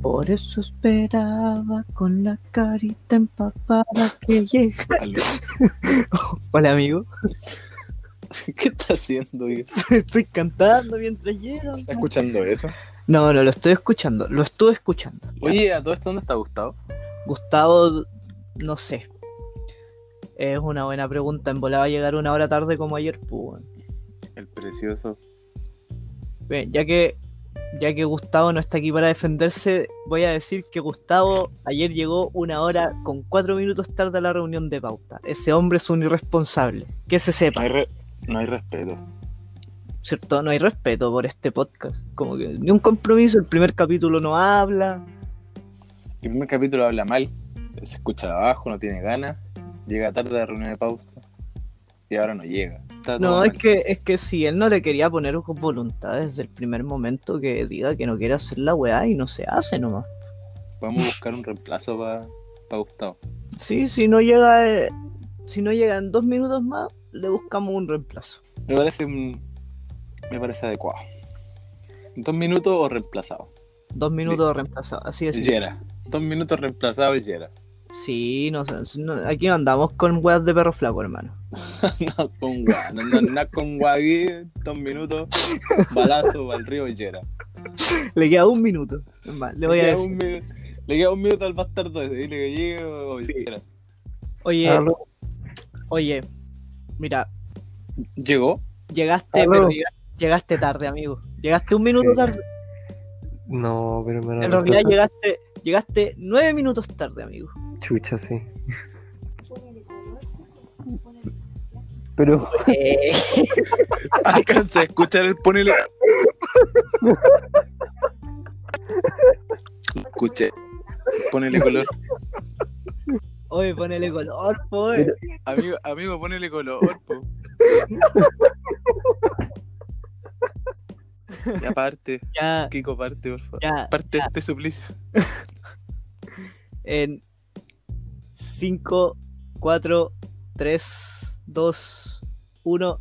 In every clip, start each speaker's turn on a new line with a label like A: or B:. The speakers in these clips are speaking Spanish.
A: Por eso esperaba con la carita empapada que llegara. Hola, amigo.
B: ¿Qué está haciendo? güey?
A: Estoy cantando mientras llego.
B: ¿Está escuchando eso?
A: No, no, lo estoy escuchando. Lo estuve escuchando.
B: Oye, ¿a todo esto dónde está Gustavo?
A: Gustavo, no sé. Es una buena pregunta. En volada llegar una hora tarde como ayer, pues. weón.
B: El precioso.
A: Bien, ya que ya que Gustavo no está aquí para defenderse, voy a decir que Gustavo ayer llegó una hora con cuatro minutos tarde a la reunión de pauta. Ese hombre es un irresponsable. Que se
B: No
A: sepa,
B: hay, re- no hay respeto.
A: ¿cierto? No hay respeto por este podcast. Como que ni un compromiso, el primer capítulo no habla.
B: El primer capítulo habla mal, se escucha abajo, no tiene ganas, llega tarde a la reunión de pausa y ahora no llega. Está todo
A: No, es
B: mal.
A: que, es que si él no le quería poner con voluntad desde el primer momento que diga que no quiere hacer la weá y no se hace nomás.
B: Vamos a buscar un reemplazo para Gustavo.
A: Sí, si no llega, eh, si no llega en dos minutos más, le buscamos un reemplazo.
B: Me parece, un- me parece adecuado. Dos minutos o reemplazado.
A: Dos minutos reemplazados. Así es.
B: Yera. Dos minutos reemplazado y Yera.
A: Sí, no, sé, no- aquí no andamos con weas de perro flaco, hermano.
B: No con gua, no, no, no con gua aquí, dos minutos, balazo al río y Yera.
A: Le queda un minuto. es más, le voy a
B: queda
A: decir.
B: un minu- le queda un minuto al bastardo ese, dile que llegue oh, o Yera.
A: Oye,
C: Aló.
A: oye, mira,
B: Llegó.
A: llegaste,
C: Aló.
A: pero llega- llegaste tarde, amigo. Llegaste un minuto
C: Sí,
A: tarde.
C: No, pero me
A: En realidad llegaste, llegaste nueve minutos tarde, amigo.
C: Chucha, sí. Pero
B: Alcanza a escuchar el ponele. Escuche. Ponele color.
A: Oye, ponele color, po, eh.
C: Pero-
B: Amigo, amigo ponele color, po. Ya parte,
A: Ya,
B: Kiko, parte, por favor.
A: ya,
B: Parte de este suplicio.
A: en 5, 4, 3, 2, 1.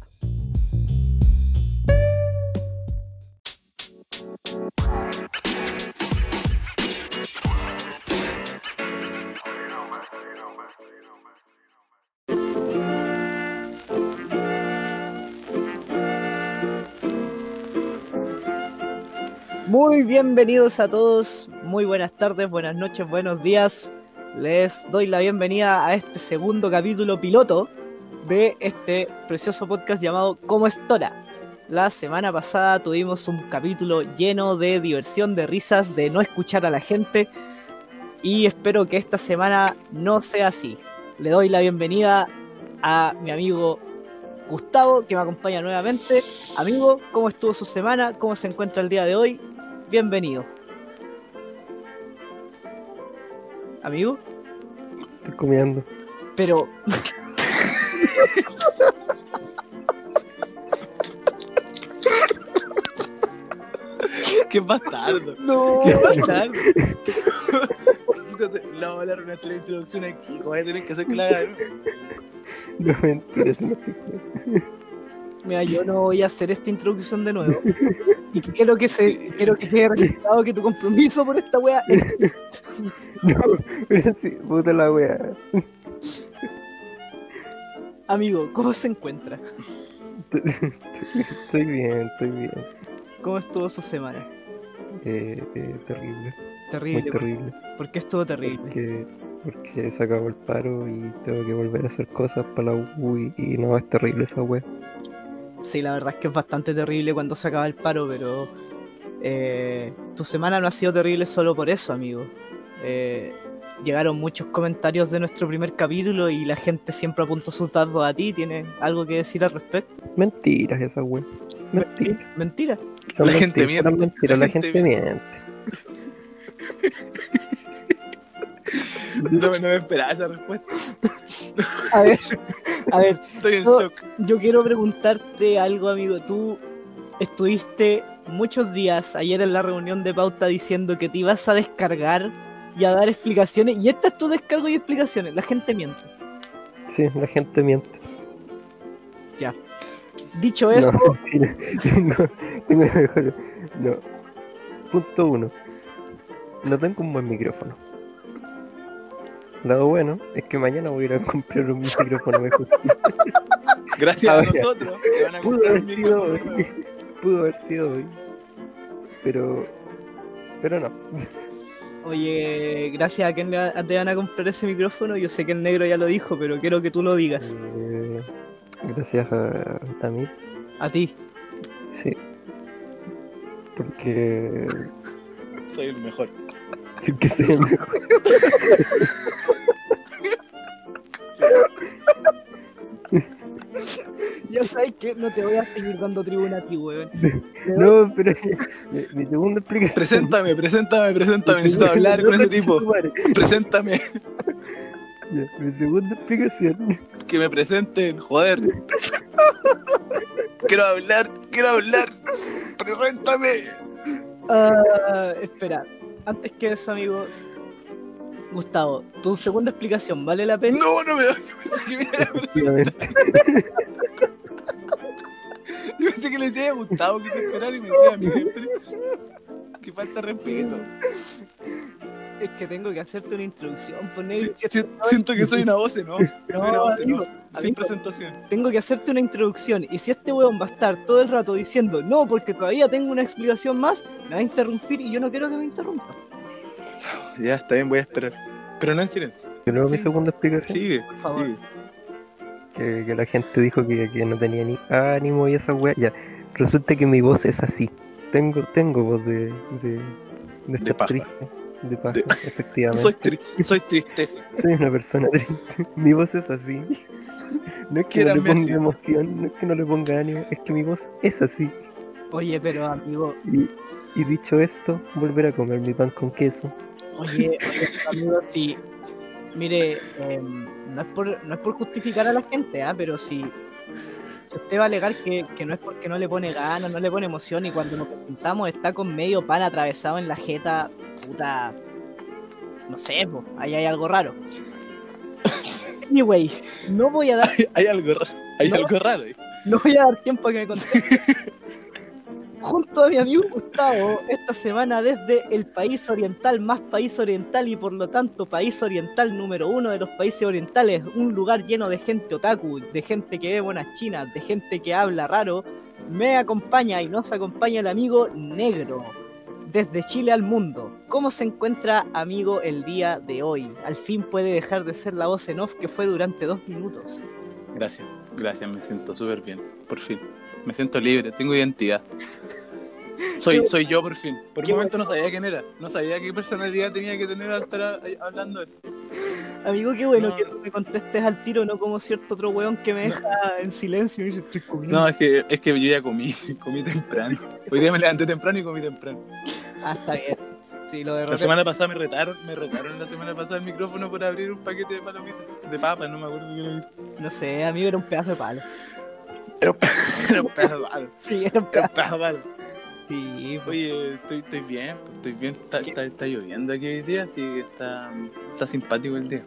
A: Muy bienvenidos a todos, muy buenas tardes, buenas noches, buenos días. Les doy la bienvenida a este segundo capítulo piloto de este precioso podcast llamado Como es Tora. La semana pasada tuvimos un capítulo lleno de diversión, de risas, de no escuchar a la gente y espero que esta semana no sea así. Le doy la bienvenida a mi amigo Gustavo que me acompaña nuevamente. Amigo, ¿cómo estuvo su semana? ¿Cómo se encuentra el día de hoy? Bienvenido. Amigo,
C: estoy comiendo.
A: pero
B: Qué bastardo.
A: no,
B: Entonces, le vamos a dar una la introducción aquí. Voy a tener que hacer que la haga.
C: No mentiras, no estoy comiendo.
A: Mira, yo no voy a hacer esta introducción de nuevo. Y quiero que se
B: Sí.
A: quiero que quede registrado que tu compromiso por esta wea es-
C: No, pero sí, puta la wea.
A: amigo, ¿cómo se encuentra?
C: Estoy bien, estoy bien.
A: ¿Cómo estuvo su semana?
C: Eh, eh, terrible, muy
A: Terrible.
C: terrible.
A: ¿Por qué estuvo terrible?
C: Porque, porque se acabó el paro y tengo que volver a hacer cosas para la U y, y no, es terrible esa wea.
A: Sí, la verdad es que es bastante terrible cuando se acaba el paro, pero eh, tu semana no ha sido terrible solo por eso, amigo. Eh, llegaron muchos comentarios de nuestro primer capítulo y la gente siempre apuntó su dardo a ti. ¿Tienes algo que decir al respecto?
C: Mentiras esa wea. Mentiras.
A: Mentira.
C: Son
B: La gente
C: mentiras, son
B: miente,
C: mentiras,
B: la
C: la,
B: gente
C: gente, miente.
B: No, no me esperaba esa respuesta.
A: A ver, a ver,
B: Estoy en
A: No.
B: shock.
A: yo quiero preguntarte algo, amigo. Tú estuviste muchos días ayer en la reunión de pauta diciendo que te ibas a descargar y a dar explicaciones. Y esta es tu descargo y explicaciones. La gente miente.
C: Sí, la gente miente.
A: Dicho eso,
C: No, mentira. tengo, tengo la mejor- No. Punto uno. no tengo un buen micrófono. Lo bueno es que mañana voy a ir a comprar un micrófono mejor.
B: Gracias a
C: Ahora,
B: nosotros. te van a
C: pudo
B: comprar
C: haber
B: un
C: sido
B: micrófono
C: hoy.
B: nuevo.
C: Pudo haber sido hoy. Pero. Pero no.
A: Oye, gracias a quién le va- te van a comprar ese micrófono. Yo sé que el negro ya lo dijo, pero quiero que tú lo digas.
C: Eh, gracias a, a mí.
A: A ti.
C: Sí. Porque.
B: Soy el mejor.
C: Sí que soy el mejor.
A: Ya sabes que no te voy a seguir dando tribuna a ti, weón.
C: No, pero. Mi, mi segunda explicación.
B: Preséntame, preséntame, preséntame.
C: Mi
B: Necesito
C: segunda-
B: hablar con
C: no,
B: ese tipo.
C: conchetumare.
B: Preséntame.
C: Ya, Mi segunda explicación.
B: Que me presenten, joder. Quiero hablar, quiero hablar. Preséntame.
A: Ah, espera, antes que eso, amigo. Gustavo, tu segunda explicación, ¿vale la pena?
B: No, no me da. Yo pensé que, me iba a presentar.
C: Efectivamente.
B: Yo pensé que le decía a Gustavo que se esperara y me decía a mí siempre. Que falta de respeto.
A: Es que tengo que hacerte una introducción, pues,
B: Si-
A: negro.
B: si- siento que soy una voz, ¿no? Soy una
A: No,
B: voz, ¿no?
A: amigo,
B: Sin
A: amigo.
B: presentación.
A: Tengo que hacerte una introducción. Y si este weón va a estar todo el rato diciendo no, porque todavía tengo una explicación más, me va a interrumpir y yo no quiero que me interrumpa.
B: Ya, está bien, voy a esperar. Pero no en silencio.
C: Yo luego mi
B: Sí.
C: segunda explicación.
B: Sigue,
A: favor.
B: sigue.
C: Que, que la gente dijo que, que no tenía ni ánimo y esa wea. Ya, resulta que mi voz es así. Tengo, tengo voz de. de, de estar
B: paja.
C: triste. De paja,
B: De-
C: efectivamente.
B: Soy, tri- soy tristeza.
C: Soy una persona triste. Mi voz es así. No es que no le
B: Quieranme
C: ponga
B: así.
C: emoción, no es que no le ponga ánimo, es que mi voz es así.
A: Oye, pero amigo,
C: Y, y dicho esto, volver a comer mi pan con queso.
A: oye, oye, amigo, sí. Mire, em, no, es por, no es por justificar a la gente, ¿ah? pero si, si usted va a alegar que, que no es porque no le pone ganas, no le pone emoción y cuando nos presentamos está con medio pan atravesado en la jeta, puta, no sé, po, ahí hay algo raro. Anyway, no voy a dar,
B: Hay algo raro. Hay
A: No.
B: algo raro. ahí.
A: no voy a dar tiempo a que me conteste. Junto a mi amigo Gustavo, esta semana desde el país oriental más país oriental y por lo tanto país oriental número uno de los países orientales, un lugar lleno de gente otaku, de gente que ve buenas chinas, de gente que habla raro, me acompaña y nos acompaña el amigo negro. Desde Chile al mundo, ¿cómo se encuentra amigo el día de hoy? Al fin puede dejar de ser la voz en off que fue durante dos minutos.
B: Gracias, gracias, me siento súper bien, por fin. Me siento libre, tengo identidad. Soy,
A: Qué-
B: soy yo por fin. Por
A: qué
B: un momento no sabía quién era, no sabía qué personalidad tenía que tener al estar a- hablando eso.
A: Amigo, qué bueno
B: No,
A: que
B: no.
A: me contestes al tiro, no como cierto otro weón que me
B: No.
A: deja en silencio y dice, estoy comiendo.
B: No, es que, es que yo ya comí, comí temprano. Hoy día me levanté temprano y comí temprano.
A: Ah, está bien. Sí, lo de
B: La
A: repente-
B: semana pasada me retaron, me retaron la semana pasada el micrófono por abrir un paquete de palomitas, de papas, no me acuerdo qué era.
A: No sé, amigo, era un pedazo de palo.
B: Era un pedazo de palo,
A: Sí, era un
B: era un
A: pedazo.
B: pedazo de palo.
A: Sí, pues.
B: Oye, estoy, estoy bien, pues, estoy bien. Está,
A: ¿Qué?
B: está- está lloviendo aquí hoy día, así que está, está simpático el día.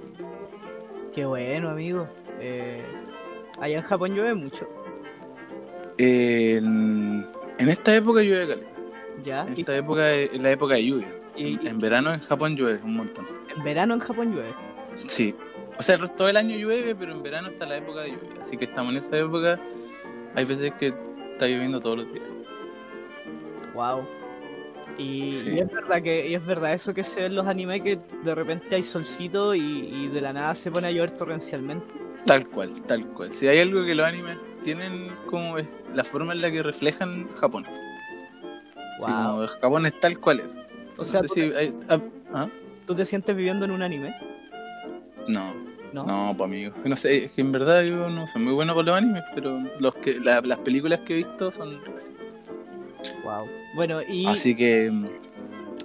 A: qué bueno, amigo. Eh, allá en Japón llueve mucho.
B: En, en esta época llueve caleta.
A: ¿Ya?
B: En
A: Y,
B: esta época es es la época de lluvia.
A: y- y
B: En verano en Japón llueve un montón.
A: en verano en Japón llueve.
B: Sí. O sea, el resto del año llueve, pero en verano está la época de lluvia. Así que estamos en esa época. Hay veces que está lloviendo todos los días.
A: Wow. Y,
B: Sí.
A: y es verdad que y es verdad eso que se ve en los animes que de repente hay solcito y, y de la nada se pone a llover torrencialmente.
B: Tal cual, tal cual. Si hay algo que los animes tienen como es la forma en la que reflejan Japón. Así
A: Guau.
B: como Japón es tal cual es.
A: O sea,
B: no,
A: tú,
B: sé si
A: te,
B: hay- ah, ¿ah?
A: tú te sientes viviendo en un anime,
B: no,
A: ¿no?
B: no, pues amigo. No sé, es que en verdad yo no soy muy bueno para los animes, pero los que, la- las películas que he visto son clásicos.
A: Wow. Bueno, y
B: Así que mm,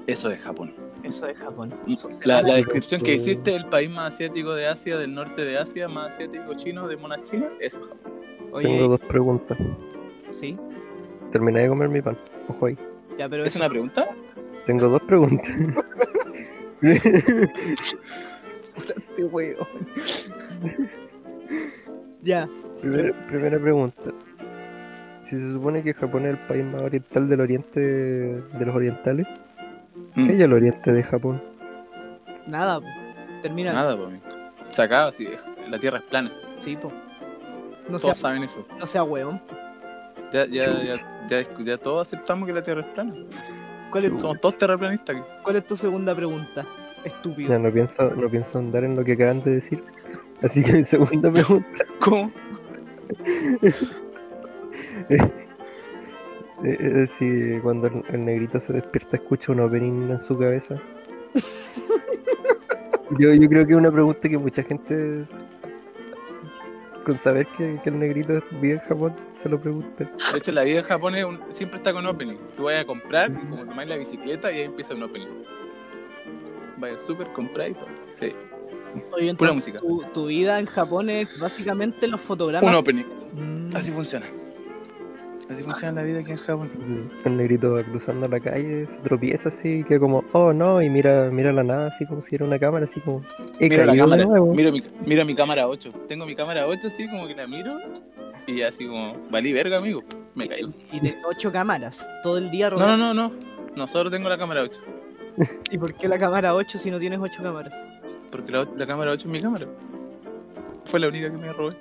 B: eso es Japón.
A: eso es Japón. Son
B: La, la
A: semanas-
B: descripción que hiciste, el país más asiático de Asia, del norte de Asia, más asiático chino, de monas chinas, eso es Japón.
A: Oye,
C: Tengo dos preguntas.
A: sí,
C: Terminé de comer mi pan. Ojo ahí.
A: ya, pero
B: ¿Es
A: eso,
B: una pregunta?
C: Tengo dos preguntas.
A: ya.
C: Primera, primera pregunta. Si se supone que Japón es el país más oriental del oriente de los orientales,
B: Mm.
C: ¿Qué hay al oriente de Japón?
A: Nada, po. termina.
B: Nada, po, amigo. Se acaba, sí, la tierra es plana.
A: Sí, po. No sea,
B: Todos saben eso.
A: no sea weón.
B: Ya, ya, ya, ya, ya todos aceptamos que la tierra es plana.
A: ¿Cuál es, tu,
B: Somos todos terraplanistas. aquí.
A: cuál es tu segunda pregunta? Estúpido.
C: Ya, no pienso, no pienso andar en lo que acaban de decir. Así que mi segunda pregunta.
B: ¿Cómo?
C: Eh, eh, si cuando el, el negrito se despierta escucha un opening en su cabeza. Yo, yo creo que es una pregunta que mucha gente es- con saber que, que el negrito vive en Japón se lo pregunta.
B: De hecho, la vida en Japón es un- siempre está con opening. Tú vas a comprar, y como tomáis la bicicleta y ahí empieza un opening. Vaya al súper, compráis y todo. Sí,
A: Oye,
B: pura
A: entonces,
B: música.
A: tu, tu vida en Japón es básicamente los
B: Un
A: fotogramas.
B: opening.
A: Mm,
B: Así funciona. Así funciona la vida aquí en Japón.
C: El negrito va cruzando la calle, se tropieza así, y queda como, oh no, y mira, mira la nada así como si era una cámara, así como, he
B: Miro la
C: caído de
B: cámara,
C: nuevo.
B: miro mi, miro mi cámara 8. Tengo mi cámara 8, así como que la miro y así como, valí verga, amigo. Me caigo.
A: Y de ocho cámaras todo el día
B: No,
A: rodando.
B: no, no, no. No, solo tengo la cámara 8.
A: ¿Y por qué la cámara 8 si no tienes ocho cámaras?
B: Porque la, la cámara 8 es mi cámara. Fue la única que me robé.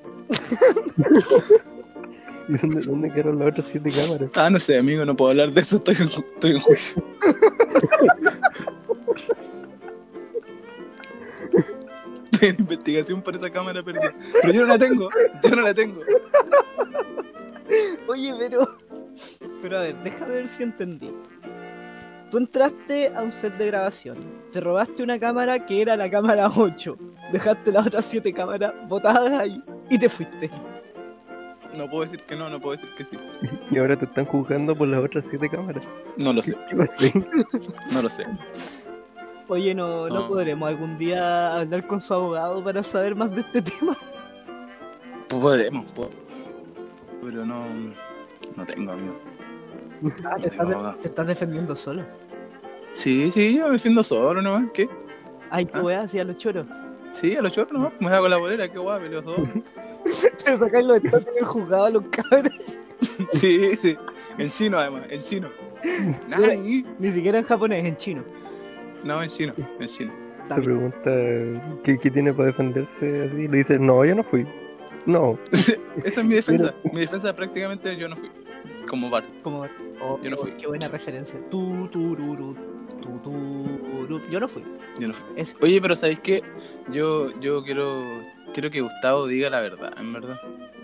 C: ¿Y dónde, dónde quedaron las otras siete cámaras?
B: Ah, no sé, amigo, no puedo hablar de eso, estoy en, ju- estoy en juicio. Estoy en investigación por esa cámara perdida. Pero yo no la tengo, yo no la tengo.
A: Oye, pero. Pero a ver, déjame ver si entendí. Tú entraste a un set de grabación, te robaste una cámara que era la cámara 8, dejaste las otras 7 cámaras botadas ahí y te fuiste.
B: No puedo decir que no, no puedo decir que sí.
C: Y ahora te están juzgando por las otras siete cámaras.
B: No lo sé,
C: ¿Qué pasó?
B: no lo sé.
A: Oye, no, no
B: No.
A: podremos algún día hablar con su abogado para saber más de este tema.
B: Podremos, po- pero no, no tengo, amigo.
A: Ah, te, estás
B: tengo abogado.
A: de- te estás defendiendo solo.
B: Sí, sí, yo me defiendo solo nomás, ¿qué?
A: Ay, qué
B: Ah.
A: weá, hacía los choros.
B: Sí, a los chorros nomás, me hago la bolera, qué guapo, los dos.
A: Te sacáis los estados en el juzgado a los cabros.
B: Sí, sí, en chino además, en chino. Nani.
A: Ni siquiera en japonés, en chino.
B: No, en chino, en chino.
A: Está
C: Te
A: bien.
C: pregunta ¿qué, qué tiene para defenderse así. Le dice, no, yo no fui. No,
B: Esa es mi defensa. Mi defensa prácticamente yo no fui. Como Bart.
A: Como, oh,
B: Yo no fui.
A: Qué buena referencia. Tu, tu, ru, ru, tu, tu, ru. Yo no fui.
B: Yo no fui.
A: Es-
B: Oye, pero ¿sabéis qué? Yo, yo quiero, quiero que Gustavo diga la verdad, en verdad.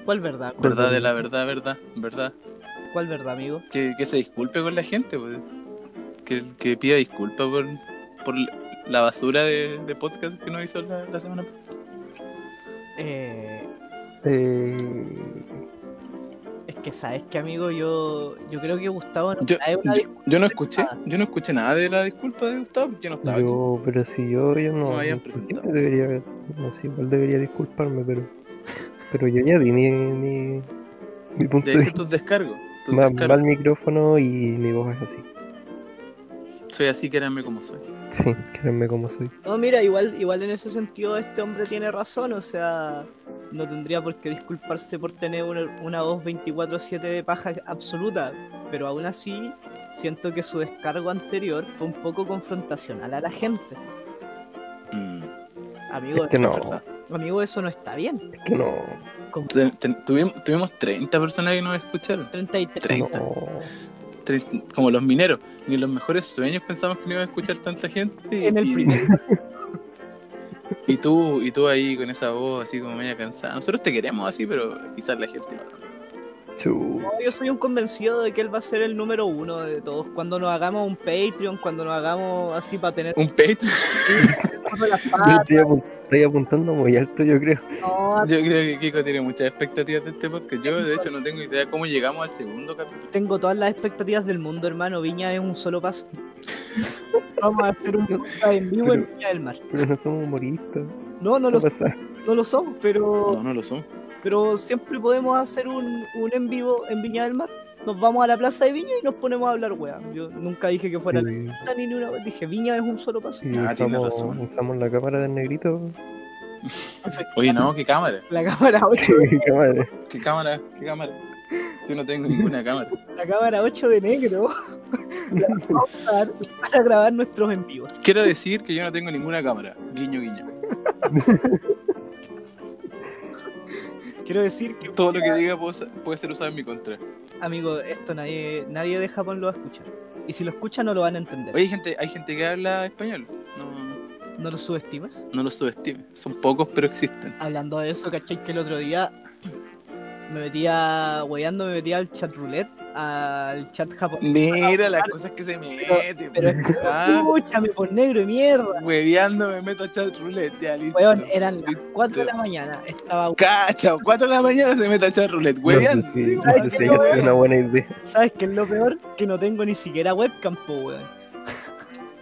A: ¿Cuál verdad?
C: Pues
B: Verdad de
C: del-
B: la verdad, verdad, verdad.
A: ¿Cuál verdad, amigo?
B: Que, que se disculpe con la gente, pues. que, que pida disculpas por, por la basura de, de podcast que nos hizo la, la semana pasada.
A: Eh,
C: eh,
A: es que sabes que, amigo, yo, yo creo que Gustavo no
B: Yo,
A: trae una
B: yo-
A: disculpa.
B: yo no escuché,
A: Ah.
B: yo no escuché nada de la disculpa de Gustavo, porque yo no estaba aquí.
C: yo, pero si yo, yo
B: No
C: no.
B: hayan
C: ¿por qué
B: presentado.
C: debería, no sé, igual debería disculparme, pero. Pero yo ya di mi, mi, mi punto
B: Te
C: de
B: dije
C: vista.
B: tus descargos. Tus
C: Va, va
B: descargos.
C: el micrófono y mi voz es así.
B: Soy así, quédame como soy.
C: Sí, créanme como soy.
A: No, mira, igual, igual en ese sentido este hombre tiene razón, o sea, no tendría por qué disculparse por tener una, una voz 24-7 de paja absoluta, pero aún así siento que su descargo anterior fue un poco confrontacional a la gente.
B: Mm,
A: Amigo,
C: es que no,
B: es verdad.
A: amigo eso no está bien.
C: es que no.
A: Con
B: Te- te- tuvimos, tuvimos 30 personas que nos escucharon.
A: 33
B: 30.
C: no.
B: Tre- como los mineros. Ni en los mejores sueños pensamos que no iba a escuchar tanta gente. Y,
A: en el
B: y-
A: primer...
B: y tú, y tú ahí con esa voz así como media cansada. Nosotros te queremos así, pero quizás la gente no.
C: Chu.
A: No, yo soy un convencido de que él va a ser el número uno de todos. Cuando nos hagamos un Patreon, cuando nos hagamos así para tener
B: Un pecho.
A: las
C: Yo
A: patas,
C: estoy, apunt- estoy apuntando muy alto, yo creo.
A: no,
B: Yo creo que Kiko tiene muchas expectativas de este podcast. Yo, de hecho, no tengo idea cómo llegamos al segundo capítulo.
A: Tengo todas las expectativas del mundo, hermano. Viña es un solo paso. Vamos a hacer un podcast en vivo en Viña del Mar.
C: Pero no somos humoristas. ¿Qué
A: No, no lo,
C: pasa?
A: no lo somos, pero,
B: No, no lo son.
A: pero siempre podemos hacer un, un en vivo en Viña del Mar. Nos vamos a la plaza de Viña y nos ponemos a hablar, weá. Yo nunca dije que fuera la
C: Sí.
A: puta ni una vez. Dije, Viña es un solo paso.
C: Sí,
B: Ah, tiene
C: usamos,
B: razón.
C: usamos la cámara del negrito.
B: Oye, no, qué cámara.
A: La cámara 8.
C: Qué madre.
B: Qué cámara, qué cámara. Yo no tengo ninguna cámara.
A: La cámara 8 de negro. La vamos a usar para grabar nuestros en vivos.
B: Quiero decir que yo no tengo ninguna cámara. Guiño, guiño.
A: Quiero decir que,
B: Todo lo que diga puede ser- puede ser usado en mi contra.
A: amigo, esto nadie, nadie de Japón lo va a escuchar. Y si lo escucha, no lo van a entender.
B: Oye, gente, hay gente que habla español. No,
A: ¿No lo subestimas?
B: no los subestime. Son pocos, pero existen.
A: Hablando de eso, ¿cachai? Que el otro día me metía, weyando, me metía al chat roulette, al chat japonés.
B: Mira las cosas que se meten.
A: Pero es que,
B: Ah,
A: escúchame, por negro y mierda.
B: hueveando me meto a chat roulette. Ya, listo.
A: Weón, eran las 4 de la mañana. Estaba
B: Cacha, 4 de la mañana se mete a chat roulette. Hueveando.
C: No sé
A: weón,
C: si- no sé
B: Sí,
C: si
A: que
C: haya
A: no
C: sido
A: es.
C: una buena idea.
A: ¿Sabes qué es lo peor? Que no tengo ni siquiera webcam, po, weón.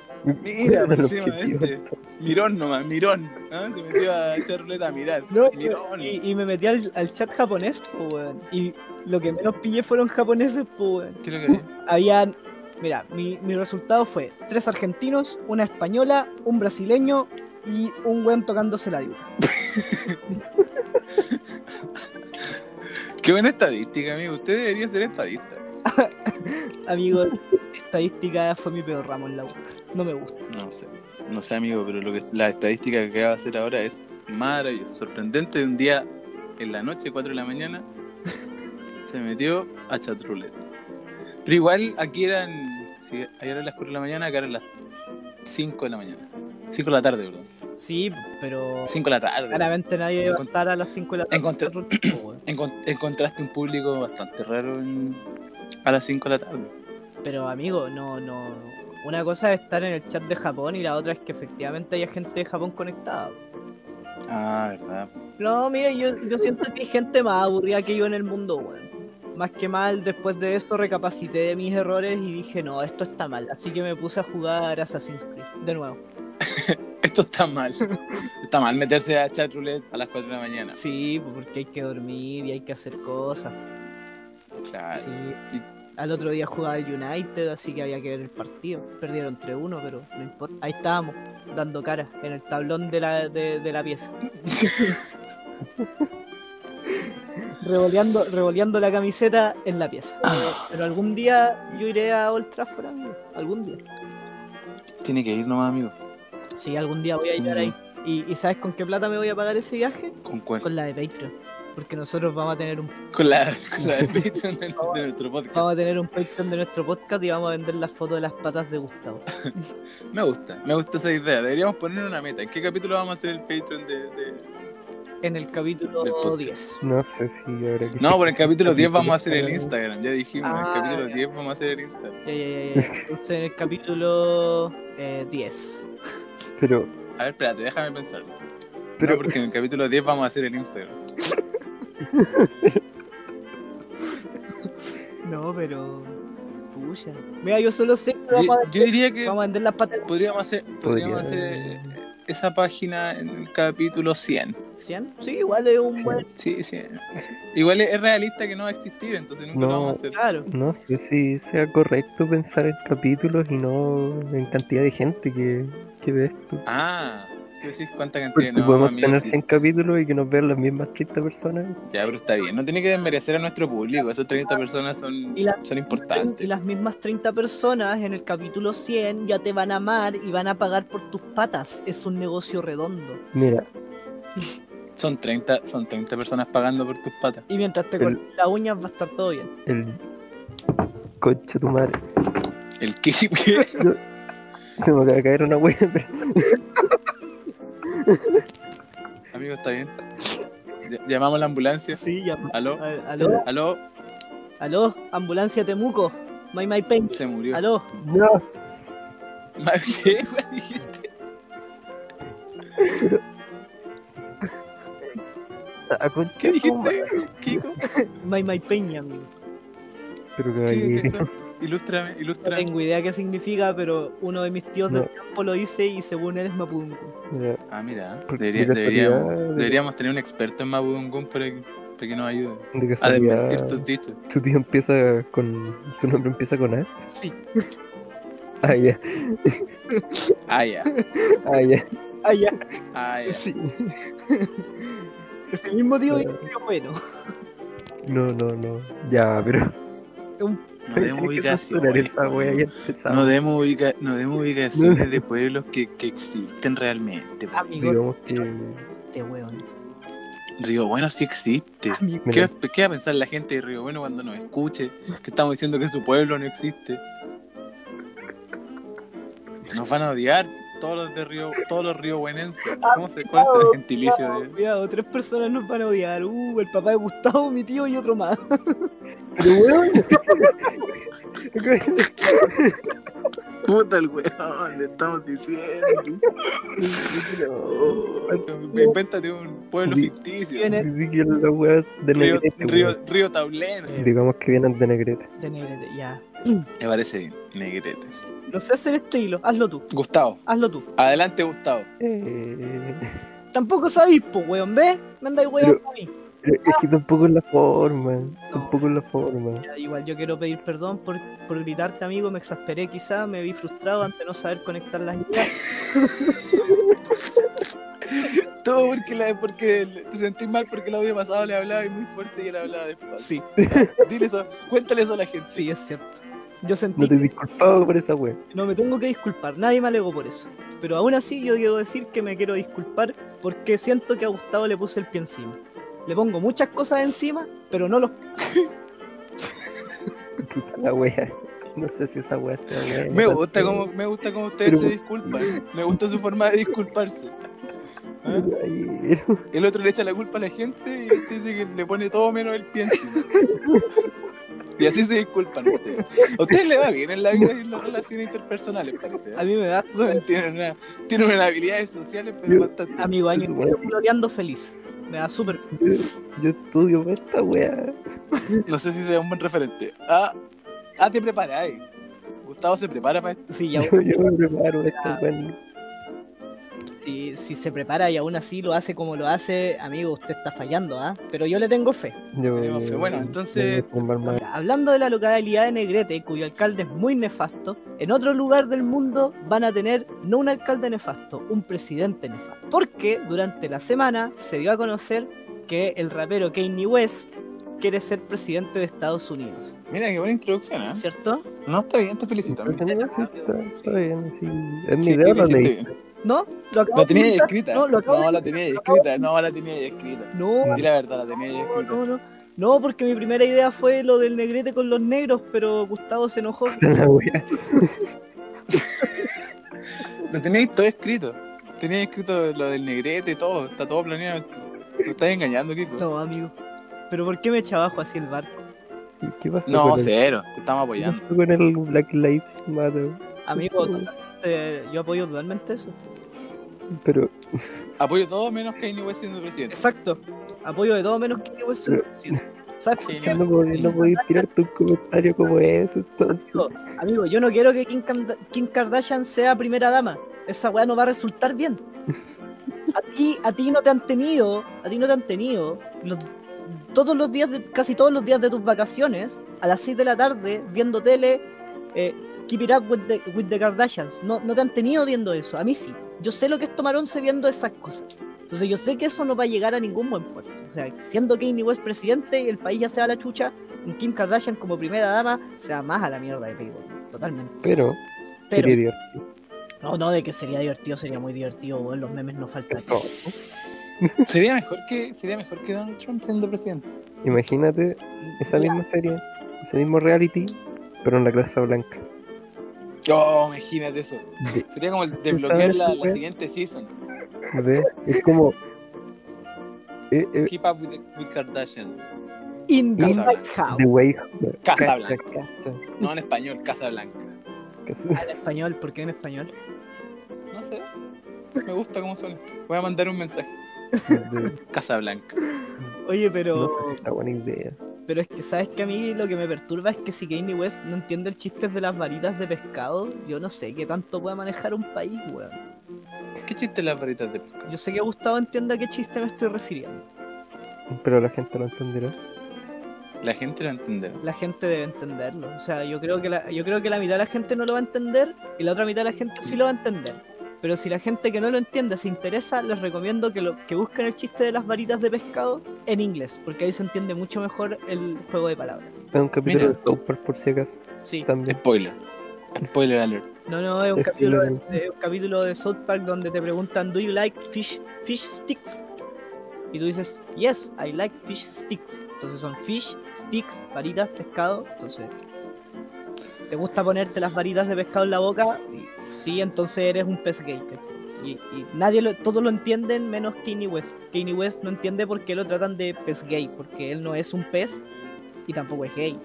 B: Mira,
C: Pero
B: encima
C: qué
B: este. Mirón nomás, mirón. ¿ah? Se metió a echar ruleta a mirar.
A: No,
B: mirón.
A: y, y me metí al, al chat japonés, po, weón. Y lo que menos pillé fueron japoneses, po, weón.
B: ¿Qué es lo que había?
A: Habían. Mira, mi, mi resultado fue tres argentinos, una española, un brasileño y un weón tocándose la yuca.
B: Qué buena estadística, amigo. Usted debería ser estadista.
A: Amigo, estadística fue mi peor ramo en la U. No me gusta.
B: No sé, no sé, amigo, pero lo que, la estadística que va a hacer ahora es maravillosa, sorprendente. De un día en la noche, 4 de la mañana, se metió a chat roulette. Pero igual aquí eran, si ayer eran las 4 de la mañana, acá eran las 5 de la mañana. 5 de la tarde, perdón.
A: Sí, pero
B: 5 de la tarde.
A: claramente nadie va a estar a las 5 de la tarde.
B: Encontré-
A: po, weón.
B: Encon- encontraste un público bastante raro en- a las 5 de la tarde.
A: Pero amigo, no, no. Una cosa es estar en el chat de Japón y la otra es que efectivamente haya gente de Japón conectada.
B: Ah, verdad.
A: No, mira, yo, yo siento que hay gente más aburrida que yo en el mundo, weón. Más que mal, después de eso recapacité de mis errores y dije, no, esto está mal. Así que me puse a jugar Assassin's Creed de nuevo.
B: Esto está mal. está mal meterse a chat roulette a las 4 de la mañana.
A: Sí, porque hay que dormir y hay que hacer cosas.
B: Claro.
A: Sí. Al otro día jugaba el United, así que había que ver el partido. Perdieron 3-1, pero no importa. Ahí estábamos, dando cara en el tablón de la, de, de la pieza. revoleando, revoleando la camiseta en la pieza. Eh, Pero algún día yo iré a Old Trafford, amigo. Algún día.
B: Tiene que ir nomás, amigo.
A: Sí, algún día voy a llegar ahí. ¿Y, y sabes con qué plata me voy a pagar ese viaje?
B: ¿Con cuál?
A: Con la de Patreon. Porque nosotros vamos a tener un,
B: Con la, con la de Patreon de, de nuestro
A: vamos
B: podcast.
A: a tener un Patreon de nuestro podcast y vamos a vender las fotos de las patas de Gustavo.
B: Me gusta, me gusta esa idea. Deberíamos poner una meta. ¿En qué capítulo vamos a hacer el Patreon de.? de-
A: En el
B: Del
A: capítulo
B: podcast.
A: 10.
C: No sé si habrá que...
B: No, por el capítulo 10 vamos a hacer el Instagram. Ya dijimos, en
A: Ah,
B: el capítulo
A: ya.
B: 10 vamos a hacer el Instagram.
A: Ya, ya, ya, ya. Entonces en el capítulo eh, 10.
C: Pero,
B: A ver, espérate, déjame pensar. Pero
C: pero
B: porque en el capítulo 10 vamos a hacer el Instagram.
A: No, pero. Pucha. Mira, yo solo sé que
B: Yo,
A: vamos a,
B: yo diría que
A: vamos a vender las patas
B: podríamos hacer, podríamos
C: Podría-
B: hacer esa página en el capítulo 100.
A: 100. Sí, igual es un buen.
B: Sí, sí. Igual es es realista que no va a existir, entonces nunca lo
C: No.
B: vamos a hacer.
A: Claro.
C: no sé si sea correcto pensar en capítulos y no en cantidad de gente que, que ve esto.
B: Ah, tú decís cuánta
C: Porque
B: cantidad no,
C: podemos
B: amigo,
C: tener
B: sí.
C: 100 capítulos y que nos vean las mismas 30 personas.
B: Ya, pero está bien. No tiene que desmerecer a nuestro público. Esas 30 personas son,
A: Y la-
B: son
A: Y
B: importantes.
A: las mismas 30 personas en el capítulo 100 ya te van a amar y van a pagar por tus patas. Es un negocio redondo.
C: Mira,
B: Son 30, son 30 personas pagando por tus patas.
A: Y mientras te
C: El-
A: cortes las uñas va a estar todo bien.
C: el... Concha tu madre.
B: El que que-
C: Se me acaba de caer una wea, pero...
B: Amigo, está bien. Ll- Llamamos a la ambulancia.
A: Sí, ya.
B: Aló,
A: A- Aló,
B: aló,
A: aló, ambulancia Temuco. My My Pain.
B: se murió.
A: Aló,
C: No,
B: Ma- ¿Qué, güey, dijiste?
C: a concha
B: ¿Qué
C: tu
B: dijiste?
C: madre.
B: Kiko?
A: My My Pain, amigo.
C: Pero
B: ¿Qué, qué
C: caballero,
B: son? Ilústrame,
A: No
B: ilústrame.
A: tengo idea qué significa, pero uno de mis tíos
C: No.
A: del campo lo dice y según él es Mapudungun.
C: mira,
B: Ah, mira,
C: Por-
B: debería-
C: de
B: deberíamos,
C: casualidad-
B: deberíamos tener un experto en Mabudungun para que, para que nos ayude
C: de
B: a
C: casualidad,
B: desmentir tus dichos.
C: tu tío empieza con... Su nombre empieza con A.
A: Sí.
C: Ah, ya,
B: Ah, ya,
C: ah, ya.
A: Ah, ya,
B: ah, ya.
A: sí. Ese mismo tío dice que es bueno.
C: No, no, no. Ya, pero.
B: No demos
C: hay que censurar
B: ubicaciones.
C: esa wea, ya empezamos.
B: No demos, ubica- no demos ubicaciones de pueblos que, que existen realmente.
C: Ah.
B: po.
A: Amigo.
C: Digamos que.
A: pero- Este weón.
B: Río Bueno sí
C: Ah,
B: existe.
A: Amigo.
B: ¿Qué, va- qué va a pensar la gente de Río Bueno cuando nos escuche? Que estamos diciendo que su pueblo no existe. Nos van a odiar todos los de Río, todos los riobuenenses.
C: Ah,
B: ¿Cómo se, ¿Cuál será el gentilicio de
A: Cuidado, tres personas nos van a odiar. Uh, el papá de Gustavo, mi tío y otro más.
C: Pero weón.
B: Puta el weón, le estamos diciendo. Invéntate un pueblo
C: Di-
B: ficticio.
A: Viene-
C: Ni siquiera las weas de
B: Río,
C: Negrete,
B: Río,
C: weón.
B: Río Tablero.
C: Digamos que vienen de Negrete.
A: eh, De Negrete, ya.
B: Me parece bien, negrete.
A: No sé hacer este hilo, hazlo tú,
B: Gustavo,
A: hazlo tú.
B: adelante Gustavo.
C: Eh,
A: Tampoco sabís, po, weón, ¿ves? Me andáis weando a mí.
C: pero es que tampoco es la forma. Tampoco es la forma.
A: Ya, igual yo quiero pedir perdón por, por gritarte, amigo. Me exasperé quizá, me vi frustrado ante no saber conectar las ideas.
B: Todo porque, la, porque el- te sentís mal porque el audio pasado le hablaba y muy fuerte y él hablaba despacio.
A: Sí,
B: Dile eso, cuéntale eso a la gente.
A: sí, es cierto. Yo sentí
C: No te he disculpado por esa wea.
A: No me tengo que disculpar, nadie me alegó por eso. Pero aún así yo quiero decir que me quiero disculpar porque siento que a Gustavo le puse el pie encima. Le pongo muchas cosas encima, pero no los...
C: Puta la wea. No sé si esa wea sea wea.
B: Me gusta cómo, me gusta cómo ustedes
C: Pero-
B: se disculpan. Me gusta su forma de disculparse. ¿Ah? El otro le echa la culpa a la gente y este dice que le pone todo menos el pie. encima. Y así se disculpan ustedes. A ustedes les va bien en la vida y en las relaciones interpersonales, parece. ¿eh?
A: A mí me da...
B: Tienen, una, tienen unas habilidades sociales, pero bastante.
A: Amigo, año entero floreando feliz. Me da súper...
C: Yo, yo estudio para esta wea.
B: No sé si sea un buen referente. Ah, ah te preparáis. Gustavo se prepara para esto.
A: Sí, y
C: Yo,
A: aún-
C: yo me preparo para esta wea.
A: si, si se prepara y aún así lo hace como lo hace, amigo, usted está fallando, ¿ah? Pero yo le tengo fe.
C: Yo-
B: Tenemos fe. pues, Bueno,
C: yo-
B: entonces-
C: yo voy a tomar más.
A: Mira, hablando de la localidad de Negrete, cuyo alcalde es muy nefasto, en otro lugar del mundo van a tener no un alcalde nefasto, un presidente nefasto. Porque durante la semana se dio a conocer que el rapero Kanye West quiere ser presidente de Estados Unidos,
B: Mira, qué buena introducción, ¿eh?
A: ¿cierto?
B: No, está bien, te felicito.
C: Entonces, no, sí, está, está bien, sí. En mi
B: Sí,
C: idea
B: lo
C: lo
B: hiciste
C: leí.
B: bien.
A: ¿no? Lo acabo
B: La
A: de
B: tenía ya
A: publicar.
B: escrita. ¿eh?
A: No, lo acabo de-
B: No, la tenía ya escrita. No, la tenía ya escrita.
A: No,
B: Di la verdad, la Ah, tenía ya
A: no,
B: escrita.
A: no, no. No, porque mi primera idea fue lo del Negrete con los negros, pero Gustavo se enojó.
C: La wea.
B: Lo teníais todo escrito. Teníais escrito lo del negrete, todo. Está todo planeado. esto. Te estás engañando, Kiko.
A: No, amigo. ¿Pero por qué me echa abajo así el barco?
C: ¿Qué- ¿Qué pasó?
B: No, pues,
C: con el-
B: cero. Te estamos
C: ¿qué
B: apoyando.
C: pasó con el Black Lives Matter?
B: Uh.
A: Amigo, totalmente, yo apoyo totalmente eso.
C: Pero
B: Apoyo todo menos que West siendo presidente.
A: Exacto. Apoyo de todo menos que yo eso. Sí. ¿Sabes por qué?
B: Genial.
C: no podí, no podí tirar tu comentario como ese, entonces.
A: Amigo, amigo, yo no quiero que Kim, Kanda- Kim Kardashian sea primera dama. Esa weá no va a resultar bien. A ti, a ti no te han tenido, a ti no te han tenido los- todos los días, de- casi todos los días de tus vacaciones, a las 6 de la tarde, viendo tele, eh, Keep It Up with the, with the Kardashians. No, no te han tenido viendo eso, a mí sí. Yo sé lo que es tomar once viendo esas cosas. Entonces yo sé que eso no va a llegar a ningún buen puerto. O sea, siendo Kanye West presidente, el país ya se da la chucha, un Kim Kardashian como primera dama se va más a la mierda de Playboy. Totalmente.
C: Pero,
A: Pero-
C: sería divertido.
A: no, no, de que sería divertido, sería muy divertido, weón, los memes no faltan.
C: No,
B: Sería mejor que, sería mejor que Donald Trump siendo presidente.
C: Imagínate esa
A: Ya,
C: misma serie, ese mismo reality, pero en la Casa Blanca.
B: Oh, imagínate eso. Sería como el de
C: ¿Tú sabes
B: bloquear la,
C: qué
B: la
C: fue?
B: siguiente season.
C: ¿Ve? Es como. eh, eh,
B: Keep up with, the- with Kardashian.
A: In the
B: Casa
A: White House.
C: The Way.
B: Casa
C: Cacha,
B: Blanca.
C: cacha,
B: No en español, Casa Blanca.
C: cacha.
A: Ah, En español, ¿por qué en español?
B: No sé. Me gusta cómo suena. Voy a mandar un mensaje.
C: The-
B: Casa Blanca.
A: Oye, pero,
C: No sé, está buena idea.
A: pero es que sabes que a mí lo que me perturba es que si Kanye West no entiende el chiste de las varitas de pescado, yo no sé qué tanto puede manejar un país, weón.
B: ¿Qué chiste las varitas de pesca?
A: Yo sé que Gustavo entienda a qué chiste me estoy refiriendo.
C: Pero la gente lo entenderá.
B: La gente lo entenderá.
A: La gente debe entenderlo. O sea, yo creo que la, yo creo que la mitad de la gente no lo va a entender y la otra mitad de la gente sí lo va a entender. Pero si la gente que no lo entiende se interesa, les recomiendo que, lo, que busquen el chiste de las varitas de pescado en inglés, porque ahí se entiende mucho mejor el juego de palabras.
C: Es un capítulo
B: Mira.
C: de South Park, por si acaso.
A: Sí.
C: También.
B: Spoiler. Spoiler alert.
A: No, no, es un
C: Es
A: capítulo,
C: filósofo.
A: de, es un capítulo de South Park donde te preguntan, ¿Do you like fish, fish sticks? Y tú dices, Yes, I like fish sticks. Entonces son fish, sticks, varitas, pescado. Entonces, ¿te gusta ponerte las varitas de pescado en la boca? Y, sí, entonces eres un pez gator. Y, y nadie lo, todos lo entienden menos Kanye West. Kanye West no entiende por qué lo tratan de pez gay, porque él no es un pez y tampoco es gay.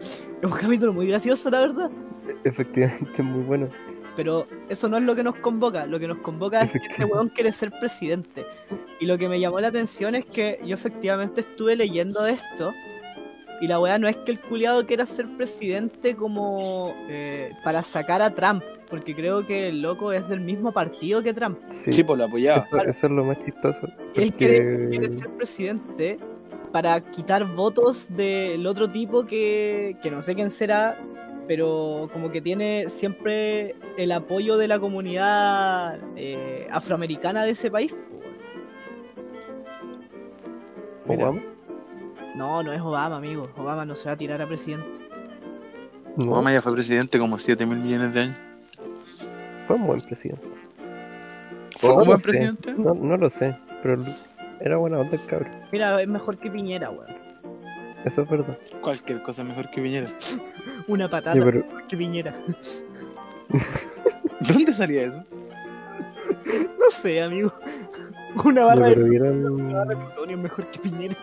A: Es un capítulo muy gracioso, la verdad.
C: Efectivamente, muy bueno.
A: Pero eso no es lo que nos convoca. Lo que nos convoca es que este
C: Efectivamente.
A: weón quiere ser presidente. Y lo que me llamó la atención es que yo efectivamente estuve leyendo de esto. Y la weá no es que el culiado quiera ser presidente como eh, para sacar a Trump. Porque creo que el loco es del mismo partido que Trump.
C: Sí.
B: Sí, pues lo apoyaba.
C: eso, eso es lo más chistoso.
A: Y él
C: porque-
A: quiere, quiere ser presidente para quitar votos del otro tipo que, que no sé quién será, pero como que tiene siempre el apoyo de la comunidad eh, afroamericana de ese país. po, weón.
B: Mira.
C: Obama.
A: No, no es Obama, amigo. Obama no se va a tirar a presidente.
C: No,
B: Obama ya fue presidente como 7 mil millones de años.
C: fue un buen presidente.
B: ¿Fue
C: No
B: un buen
C: lo sé,
B: presidente?
C: No, no lo sé, pero era buena onda el cabrón.
A: Mira, es mejor que Piñera, weón.
C: Eso es verdad.
B: Cualquier cosa mejor que Piñera.
A: Una patata
C: Ya, pero
A: mejor que Piñera.
B: ¿Dónde salía eso?
A: No sé, amigo. Una
C: ya,
A: barra de,
C: pero
A: una barra de
C: vieron.
A: plutonio es mejor que Piñera.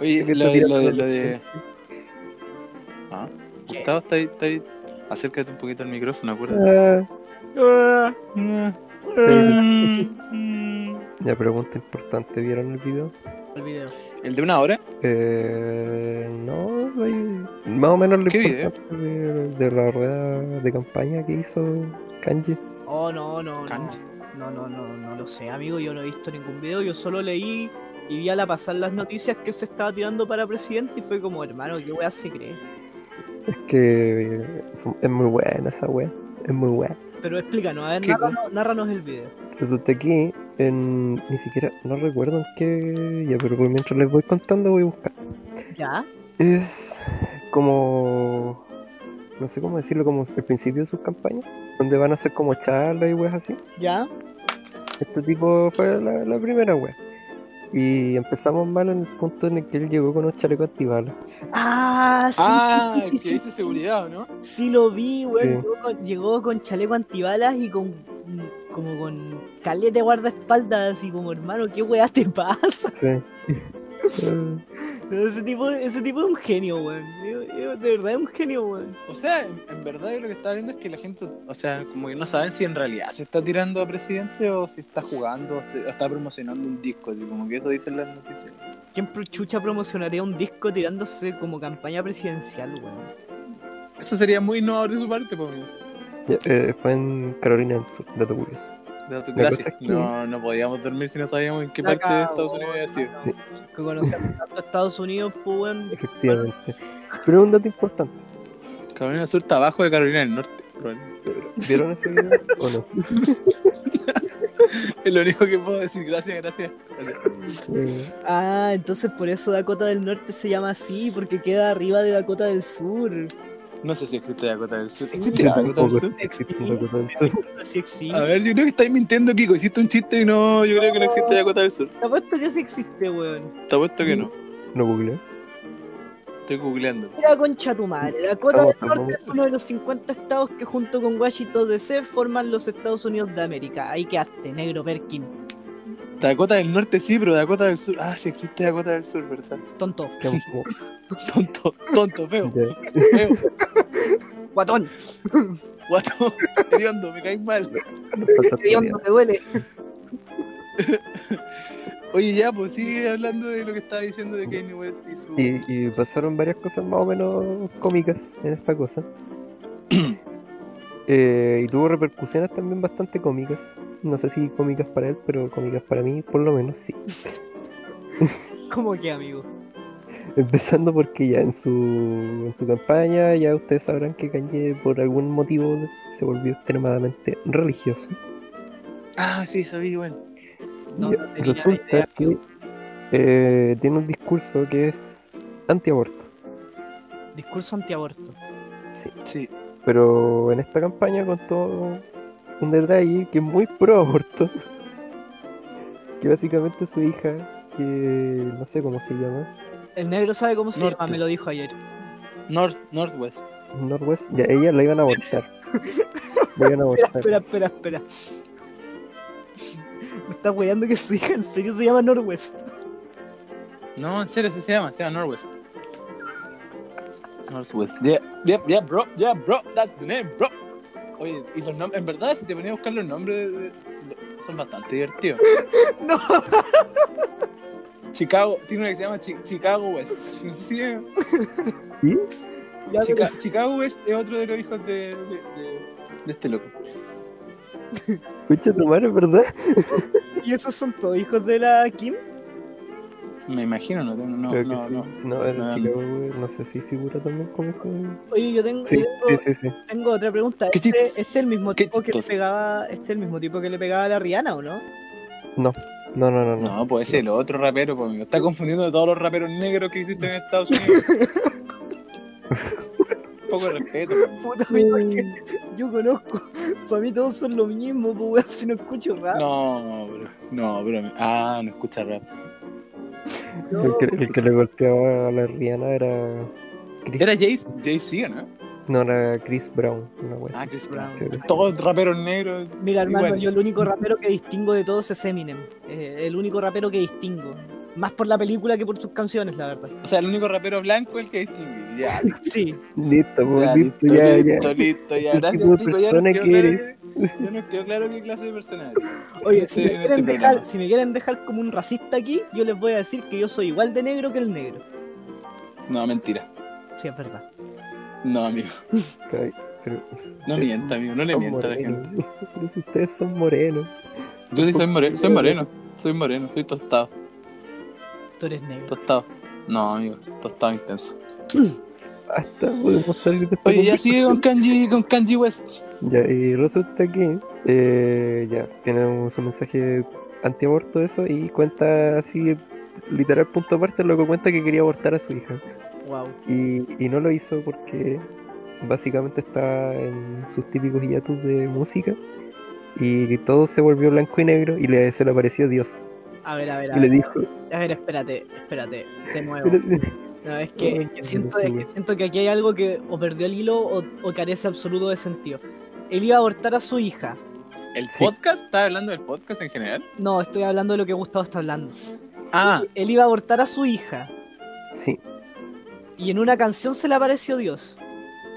B: Oye,
C: que
B: lo,
C: te
B: de- lo de,
C: tiran
B: lo
C: los
B: de- Ah,
A: ¿Qué?
B: Gustavo, está ahí, está ahí. Acércate un poquito al micrófono, acuérdate.
C: Ah,
A: Ah,
C: ya, pregunta importante: ¿vieron el video?
A: el video.
B: ¿El de una hora?
C: Eh, no, ahí- más o menos lo
B: ¿Qué video?
C: importante de, de la rueda de campaña que hizo Kanji.
A: Oh, no, no, no.
B: Cancha.
A: No, no, no, no lo sé, amigo. Yo no he visto ningún video. Yo solo leí y vi a la pasar las noticias que se estaba tirando para presidente y fue como, hermano, ¿qué weá se cree?
C: Es que eh, fu- es muy buena esa wea, es muy buena.
A: Pero explícanos, a ver,
B: ¿Qué
A: nárrano- nárranos, el video.
C: Resulta que en, ni siquiera, no recuerdo en qué, ya, pero por mientras les voy contando voy a buscar.
A: ¿Ya?
C: Es como, no sé cómo decirlo, como el principio de sus campañas, donde van a hacer como charlas y weas así.
A: ¿Ya?
C: Este tipo fue la, la primera wea. Y empezamos mal en el punto en el que él llegó con un chaleco antibalas.
A: Ah, sí,
B: Ah,
A: sí, sí,
B: que
A: sí,
B: dice seguridad, ¿o ¿no?
A: sí lo vi, weón.
C: Sí.
A: Llegó, con, llegó con chaleco antibalas y con mm, como con calete guardaespaldas, así como, hermano, ¿qué weá te pasa?
C: Sí. Eh,
A: No, ese tipo, ese tipo es un genio, weón. Yo- yo- De verdad es un genio, weón.
B: O sea, en, en verdad yo lo que estaba viendo es que la gente, o sea, como que no saben si en realidad se está tirando a presidente o si está jugando, o, se- o está promocionando un disco, así como que eso dicen las noticias.
A: ¿Quién pro- chucha promocionaría un disco tirándose como campaña presidencial, weón?
B: Eso sería muy innovador de su parte, pues. amigo.
C: ya, eh, fue en Carolina del Sur, dato curioso.
B: Dato-
C: La cosa
B: Gracias.
C: es que-
B: No, no podíamos dormir si no sabíamos en qué
A: La
B: parte de
A: cagó,
B: Estados Unidos había sido.
A: hermano. Que conocemos tanto a Estados Unidos, pues, weón.
C: Efectivamente. Pero un dato importante.
B: Carolina del Sur está abajo de Carolina del Norte. probablemente.
C: ¿Vieron ese video o no?
B: Es lo único que puedo decir. Gracias, gracias. gracias.
C: Eh,
A: Ah, entonces por eso Dakota del Norte se llama así, porque queda arriba de Dakota del Sur.
B: No sé si existe Dakota del Sur.
A: Sí,
B: ¿Existe
A: yo
B: Dakota del
C: tampoco.
B: Sur?
C: existe un Dakota del Sur.
A: Así existe.
B: A ver, yo creo que estáis mintiendo, Kiko. Hiciste un chiste y no, yo creo que no existe Dakota del Sur.
A: Te apuesto que sí existe, weón.
B: Te apuesto que no.
C: No google.
B: Estoy googleando.
A: Mira concha tu madre. Dakota
C: Vamos,
A: del Norte
C: vamos.
A: es uno de los 50 estados que junto con Washington DC forman los Estados Unidos de América. Ahí quedaste, negro Perkin.
B: Dakota del Norte sí, pero Dakota del Sur. Ah, sí existe Dakota del Sur, ¿verdad?
A: Tonto.
B: Tonto, tonto, feo,
C: Ya,
B: feo.
A: Guatón.
B: Guato, hediondo, me caes mal.
C: nos falta
A: Hediondo,
C: todavía.
A: me duele.
B: Oye, ya, pues sigue hablando de lo que estaba diciendo de Kanye West y su.
C: Y, y pasaron varias cosas más o menos cómicas en esta cosa. Eh, y tuvo repercusiones también bastante cómicas. No sé si cómicas para él, pero cómicas para mí, por lo menos sí.
A: ¿Cómo que, amigo?
C: Empezando porque ya en su, en su campaña, ya ustedes sabrán que Kanye por algún motivo se volvió extremadamente religioso.
B: Ah, sí, sabía igual.
A: No,
C: Y
A: no tenía
C: resulta
A: idea.
C: que eh, tiene un discurso que es antiaborto.
A: Discurso antiaborto.
C: Sí.
B: Sí.
C: Pero en esta campaña contó un detalle que es muy pro aborto. Que básicamente su hija, que no sé cómo se llama,
A: El negro sabe cómo se
B: Norte.
A: llama, me lo dijo ayer.
B: North, Northwest.
C: Northwest, ya ella la iban a abortar. La iban a abortar.
A: Espera, espera, espera. Me está weyando que su hija en serio se llama Norwest.
B: No, en serio, así se llama, se llama Northwest. Northwest. Yeah, yeah, yeah, bro, yeah, bro, that's the name, bro. Oye, y los nombres, en verdad, si te ponía a buscar los nombres, de- de- son bastante divertidos.
A: No,
B: Chicago, tiene una que se llama Chi- Chicago West. No sé si es-
C: ¿Sí?
A: ya, pero-
B: Chica- Chicago West es otro de los hijos de, de, de- de este loco.
C: Escucha tu madre, ¿verdad?
A: ¿y esos son todos hijos de la Kim?
B: Me imagino, no tengo, no,
C: Creo que
B: no,
C: sí.
B: no.
C: No, en
B: No,
C: Chicago, güey, no sé si figura también como que-
A: Oye, yo tengo,
C: Sí,
A: yo tengo-
C: sí, sí, sí.
A: tengo otra pregunta.
B: Qué
A: ¿Este,
B: chis-
A: este es el mismo
B: qué
A: tipo que le
B: chistoso.
A: pegaba, este es el mismo tipo que le pegaba a la Rihanna, ¿o no?
C: No, no, no, no.
B: No, pues ese es el otro rapero, pues amigo. Está confundiendo a todos los raperos negros que existen en Estados Unidos. Un poco de respeto. pues.
A: Puta, mira, porque yo conozco. Para mí todos son lo mismo, pues weón, si no escucho rap.
B: No, bro. No, bro. Ah, no escucha rap.
A: No,
C: El, que, el que le golpeaba a la Rihanna era. Chris-
B: ¿Era Jay- Jay-Z o no?
C: No, era Chris Brown. Una wea
B: Ah,
C: así.
B: Chris
A: Brown.
C: Creo que sí.
B: Todos raperos negros.
A: Mira, hermano,
B: Igual.
A: yo el único rapero que distingo de todos es Eminem. Eh, el único rapero que distingo. Más por la película que por sus canciones, la verdad.
B: O sea, el único rapero blanco es el que distingue. Ya,
A: Sí,
C: Listo, pues,
B: ya,
C: listo,
B: listo,
C: ya, ya.
B: listo, listo, ya.
C: ¿Qué
B: Gracias,
C: tipo de
B: Nico, Ya
C: persona
B: nos quedó
C: que
B: claro
C: eres?
B: que- ya nos quedó claro qué clase de persona eres.
A: Oye, si
B: Sí,
A: me,
B: en
A: quieren
B: este
A: dejar,
B: programa.
A: si me quieren dejar como un racista aquí, yo les voy a decir que yo soy igual de negro que el negro.
B: No, mentira.
A: Sí, es verdad.
B: No, amigo.
C: Ay, pero-
B: No
C: ustedes
B: mienta,
C: son-
B: amigo. No le
C: son
B: mienta a la gente.
C: morenos. Pero si ustedes son morenos.
B: Yo sí soy moreno, soy moreno, soy moreno, soy tostado,
A: Tú eres negro.
B: tostado. No, amigo, tostado intenso.
C: Hasta podemos salir de esta
B: Oye, ya sigue con Kanji, con Kanji West.
C: Ya, y resulta que eh, ya tiene un, su mensaje antiaborto eso y cuenta así literal punto aparte lo que cuenta que quería abortar a su hija
A: Wow.
C: y, y no lo hizo porque básicamente está en sus típicos hiatus de música y todo se volvió blanco y negro y le, se le apareció Dios
A: A ver, a ver, a
C: y le
A: ver.
C: dijo
A: A ver, espérate, espérate. De nuevo.
C: "Pero-
A: No, es que, es que siento, es que siento que aquí hay algo que o perdió el hilo o, o carece absoluto de sentido. Él iba a abortar a su hija.
B: ¿El
C: Sí.
B: podcast? ¿Estás hablando del podcast en general?
A: No, estoy hablando de lo que Gustavo está hablando.
B: Ah,
A: Él iba a abortar a su hija.
C: sí
A: Y en una canción se le apareció Dios.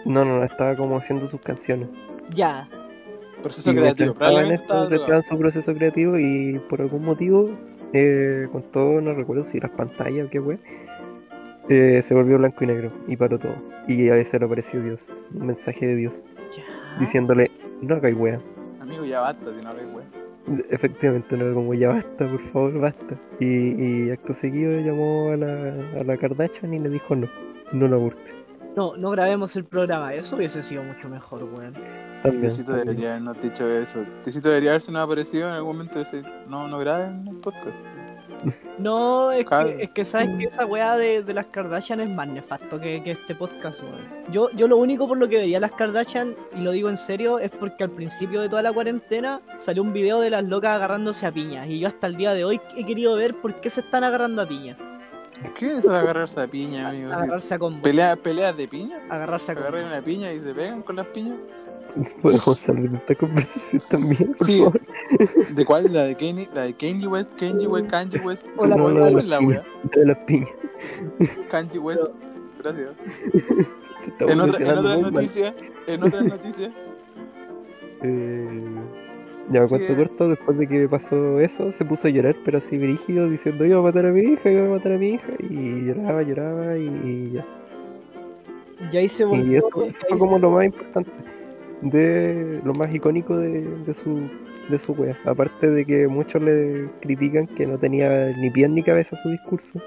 C: no no no, estaba como haciendo sus canciones
A: Ya.
B: proceso
C: Y
B: creativo.
C: mientras estaba en
B: Probablemente
C: esto,
B: estaba
C: estaba
B: drogado.
C: en su proceso creativo y por algún motivo, eh, con todo, no recuerdo si las pantallas o qué fue, eh, se volvió blanco y negro y paró todo. Y a veces le apareció Dios, un mensaje de Dios,
A: Ya.
B: Ah.
C: diciéndole, no hagáis wea.
B: Amigo, ya basta, si no hablas, güey.
C: Efectivamente, no era como ya basta, por favor, basta. Y, y acto seguido llamó a la, a la Kardashian y le dijo, no, no lo abortes.
A: No, no grabemos el programa. Eso hubiese sido mucho mejor, weón.
C: También,
B: Tecito
C: también.
B: debería habernos dicho eso. Tecito debería haberse nos aparecido en algún momento y decir, no, no graben el podcast.
A: No, es
B: Claro.
A: que, es que sabes que esa weá de, de las Kardashian es más nefasto que, que este podcast, weón. Yo, yo lo único por lo que veía las Kardashian, y lo digo en serio, es porque al principio de toda la cuarentena salió un video de las locas agarrándose a piñas. Y yo hasta el día de hoy he querido ver por qué se están agarrando a piñas.
B: ¿Qué es eso de agarrarse a piña, amigo?
A: Agarrarse a combo.
B: ¿Pelea- ¿Peleas de piña?
A: Agarrarse a
B: ¿Agarran
A: combo.
B: una piña y se pegan con las piñas?
C: Podemos salir de esta conversación también, por
B: Sí.
C: favor.
B: ¿De cuál? ¿La de Kanye, la de Kanye West? ¿Kanye West? ¿Kanye West?
A: O la
C: No,
B: ¿Cómo es
C: no, de
B: ¿Cómo
C: las
B: es la
C: piñas,
B: wea?
C: de las piñas.
B: Kanye West. Gracias.
C: Te estamos
B: En otra, en
C: mencionando
B: otra
C: muy mal.
B: noticia, en otra noticia,
C: Eh, ya, cuento
B: Sí, eh.
C: corto, después de que pasó eso, se puso a llorar, pero así brígido, diciendo, iba a matar a mi hija, iba a matar a mi hija, y lloraba, lloraba, y, y ya.
A: Y ahí se
C: Y eso,
A: volvió.
C: eso
A: ahí
C: fue como lo más importante, de lo más icónico de, de su de su wea. Aparte de que muchos le critican que no tenía ni pies ni cabeza su discurso.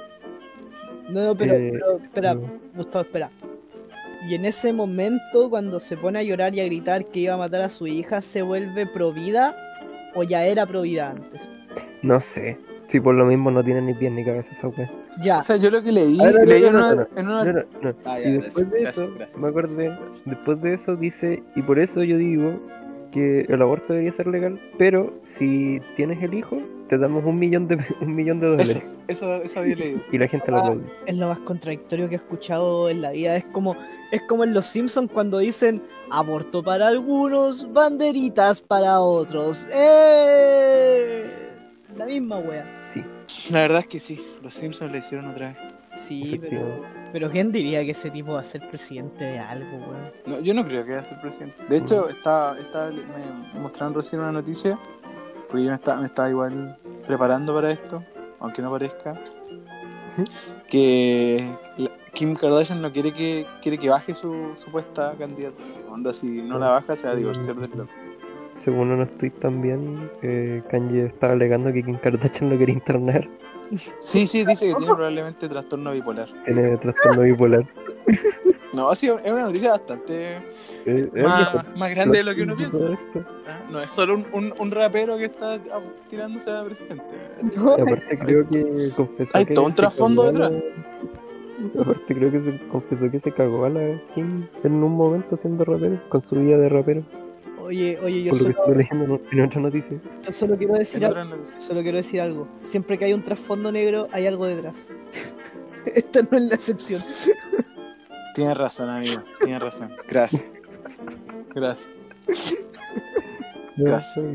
A: No, no, pero,
C: Eh,
A: pero espera,
C: no.
A: Gustavo, espera. Y en ese momento, cuando se pone a llorar y a gritar que iba a matar a su hija, ¿se vuelve pro vida o ya era pro vida antes?
C: No sé. Si por lo mismo no tiene ni pies ni cabeza esa wea.
A: Ya,
B: O sea, yo lo que leí,
C: A ver, a ver,
B: leí
C: no,
B: en
C: no,
B: una.
C: no,
B: en una-
C: No, no, no.
B: Ah,
C: Y después de eso, me acuerdo de-
B: gracias.
C: Después de eso dice, y por eso yo digo que el aborto debería ser legal, pero si tienes el hijo, te damos un millón de, un millón de dólares.
B: Eso, eso, eso había leído.
C: Y la gente lo
A: Ah.
C: aplaude.
A: es lo más contradictorio que he escuchado en la vida. Es como, es como en Los Simpsons cuando dicen aborto para algunos, banderitas para otros. ¡Eh! La misma wea.
B: La verdad es que sí, los Simpsons la hicieron otra vez.
A: Sí, pero,
C: Efectivamente.
A: pero ¿quién diría que ese tipo va a ser presidente de algo, weón?
B: No, yo no creo que vaya a ser presidente. De hecho, estaba, estaba- me mostraron recién una noticia, porque yo me estaba, me estaba igual preparando para esto, aunque no parezca,
C: Ujú.
B: que la- Kim Kardashian no quiere que quiere que baje su supuesta candidata. Onda, si no la baja, se va a divorciar del loco.
C: Según unos tweets también, eh, Kanye estaba alegando que Kim Kardashian lo quería internar.
B: Sí, sí, dice que tiene probablemente trastorno bipolar.
C: Tiene trastorno bipolar.
B: No, sí, es una noticia bastante
C: Eh, eh, mejor.
B: más, más grande de lo que uno
C: Todo
B: piensa.
C: esto.
B: Ah, No es solo un, un- un rapero que está ah, tirándose a presidente.
C: Y aparte creo que confesó
B: hay
C: que
B: todo un
C: se
B: trasfondo
C: cagó a la- Aparte creo que se confesó que se cagó a la Kim en un momento siendo rapero, con su vida de rapero.
A: Oye, oye, yo
C: Por lo que
A: solo,
C: estuve leyendo en- en otra noticia.
A: yo solo quiero decir
B: En
A: algo.
B: otras noticias.
A: Solo quiero decir algo. Siempre que hay un trasfondo negro, hay algo detrás. Esta no es la excepción.
B: Tienes razón, amigo. Tienes razón. Gracias. Gracias. Gracias.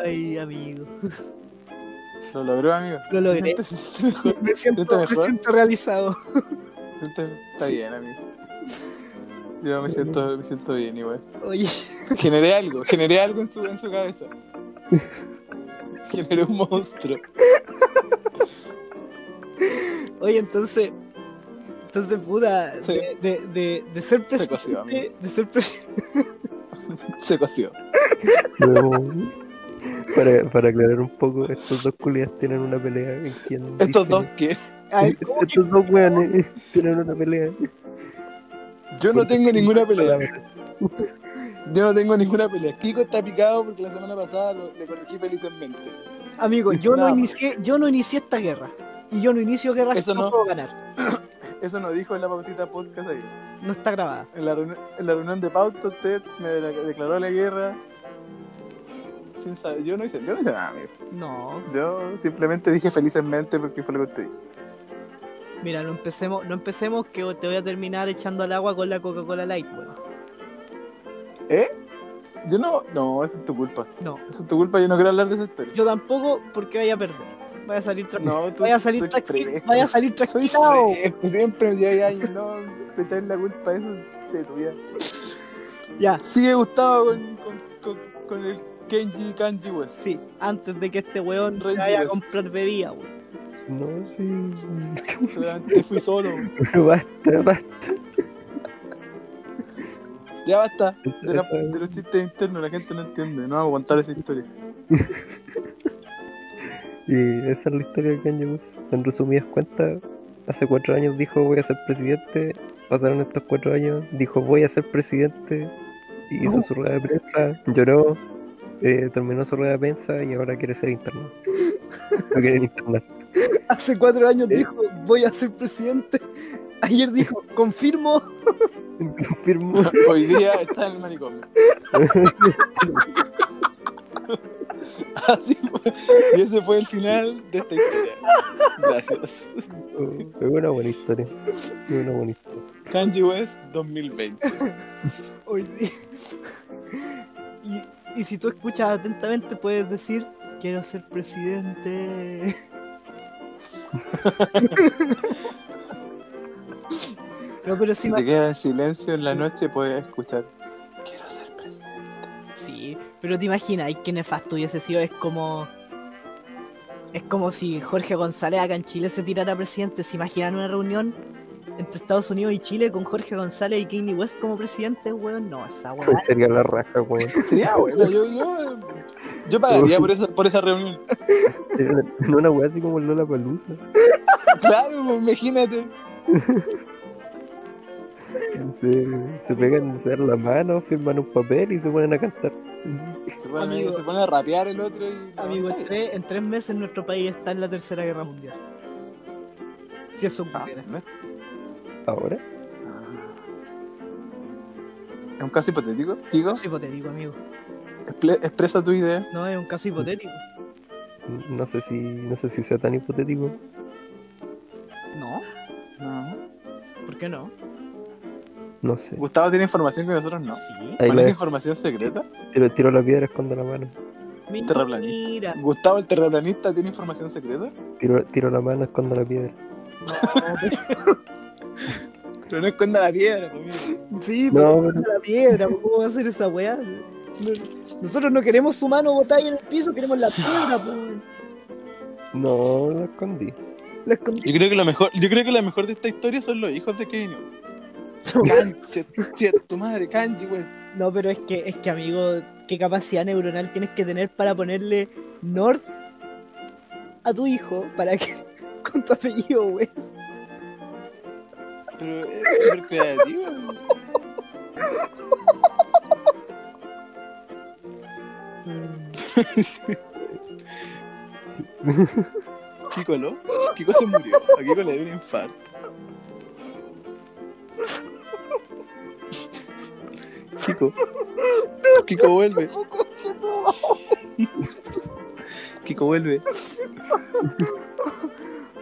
A: Ay, amigo.
B: Lo logró, amigo.
A: Lo logré.
B: ¿Te sientes mejor?
A: Me siento, me
B: mejor?
A: siento realizado.
B: ¿Te sientes- Está
A: Sí.
B: bien, amigo. Yo me siento, me siento bien igual.
A: Oye,
B: Generé algo, generé algo en su, en su cabeza. Generé un monstruo.
A: oye, entonces. Entonces, puta,
B: Sí.
A: de, de, de, de ser
B: Se coció,
A: presidente. De ser presidente.
B: Se coció.
C: Luego, para, para aclarar un poco, estos dos culias tienen una pelea en quien
B: Estos
C: dicen-
B: dos que.
A: Ay, ¿cómo que-
C: Estos dos weones tienen una pelea.
B: Yo no tengo ninguna pelea.
C: Palabras.
B: Yo no tengo ninguna pelea. Kiko está picado porque la semana pasada lo- le corregí felizmente.
A: amigo, yo no,
B: Nada más.
A: inicié, yo no inicié esta guerra. Y yo no inicio guerras
B: Eso
A: que no,
B: no.
A: puedo ganar.
B: Eso nos dijo en la pautita podcast ahí.
A: No está grabada.
B: En la, reuni- en la reunión de pauta usted me de- declaró la guerra. Sin saber, yo no hice, yo no hice nada, amigo.
A: No.
B: Yo simplemente dije felizmente porque fue lo que usted dijo.
A: Mira, no empecemos, no empecemos que te voy a terminar echando al agua con la Coca-Cola Light, weón.
B: ¿Eh? Yo no, no, eso es tu culpa.
A: No,
B: Eso es tu culpa, yo no quiero hablar de esa historia.
A: yo tampoco porque vaya a perder. Vaya a salir tranquilo.
B: no, tú-
A: Vaya a salir
B: soy
A: tranquilo.
B: fresco.
A: Vaya a salir
B: Soy
A: tranquilo.
B: fresco, siempre ya, ya, y no, te echar la culpa, eso es de tuya.
A: Ya,
B: Sigue Gustavo con, con, con, con el Kenji Kanji West.
A: sí. Antes de que este weón
B: Rey
A: vaya a
B: Dios.
A: comprar bebida, weón.
C: No, sí.
B: Solamente fui solo.
C: Pero basta, basta.
B: Ya basta. De, la- de los chistes internos, la gente no entiende, no vamos a contar esa historia.
C: Y esa es la historia de Kanye West. En resumidas cuentas, hace cuatro años dijo voy a ser presidente. Pasaron estos cuatro años, dijo voy a ser presidente. y Hizo
A: No.
C: su rueda de prensa, lloró, eh, terminó su rueda de prensa y ahora quiere ser internado. Lo quieren internar.
A: Hace cuatro años
C: ¿Eh?
A: dijo, voy a ser presidente. Ayer dijo, confirmo.
C: Confirmó.
B: Hoy día está en el manicomio. Así fue. Y ese fue el final de esta historia. Gracias.
C: Es una buena historia. Es una buena historia.
B: Kanji West 2020.
A: Hoy sí. Y, y si tú escuchas atentamente, puedes decir, quiero ser presidente. No, pero sí,
B: Si
A: me-
B: te quedas en silencio en la noche, puedes escuchar. Quiero ser presidente.
A: Sí, pero te imaginas, qué nefasto hubiese sido, es como. Es como si Jorge González acá en Chile se tirara presidente. ¿Se imaginan una reunión entre Estados Unidos y Chile con Jorge González y Kanye West como presidente, weón? No, esa weón.
C: Pues sería la raja, weón.
B: Sería bueno. Yo, yo, yo pagaría por esa, por esa reunión.
C: En una weá así como Lola Palusa.
B: Claro, pues, imagínate.
C: Se, se pegan a hacer la mano, firman un papel y se ponen a cantar.
B: Se pone,
A: Amigo.
B: se pone a rapear el otro y.
A: Amigo, en tres, en tres meses nuestro país está en la tercera guerra mundial. Si eso
B: Ah,
A: ocurriera.
B: ¿no es? Ah.
C: Ahora,
B: ¿Es un caso hipotético, Kiko?
A: Es hipotético, amigo.
B: Expre- Expresa tu idea.
A: No es un caso hipotético.
C: no sé si, no sé si sea tan hipotético.
A: No, ¿por qué no?
C: No sé.
B: Gustavo tiene información que nosotros no.
A: Sí.
C: Ahí la
B: ¿Maneja
C: dejo.
B: información secreta?
C: Tiro, tiro la piedra, escondo la mano.
A: Mira,
B: Terraplanista. ¿Gustavo el terraplanista tiene información secreta?
C: Tiro, tiro la mano, escondo la piedra.
B: Pero no esconda la piedra, conmigo.
A: Sí,
C: No,
A: pero
C: pero-
A: la piedra, po, ¿cómo va a ser esa weá? No- Nosotros no queremos su mano botada ahí en el piso, queremos la piedra, pues, po.
C: No, la escondí.
A: La escondí.
B: Yo creo que lo mejor, yo creo que lo mejor de esta historia son los hijos de Kevin. Kanji, tu madre, Kanji, güey.
A: No, pero es que, es que amigo, qué capacidad neuronal tienes que tener para ponerle North a tu hijo para que con tu apellido, weón.
B: Pero es súper creativo. Kiko, ¿no? Kiko se murió. A Kiko le dio un infarto. Kiko. Kiko vuelve. Kiko vuelve.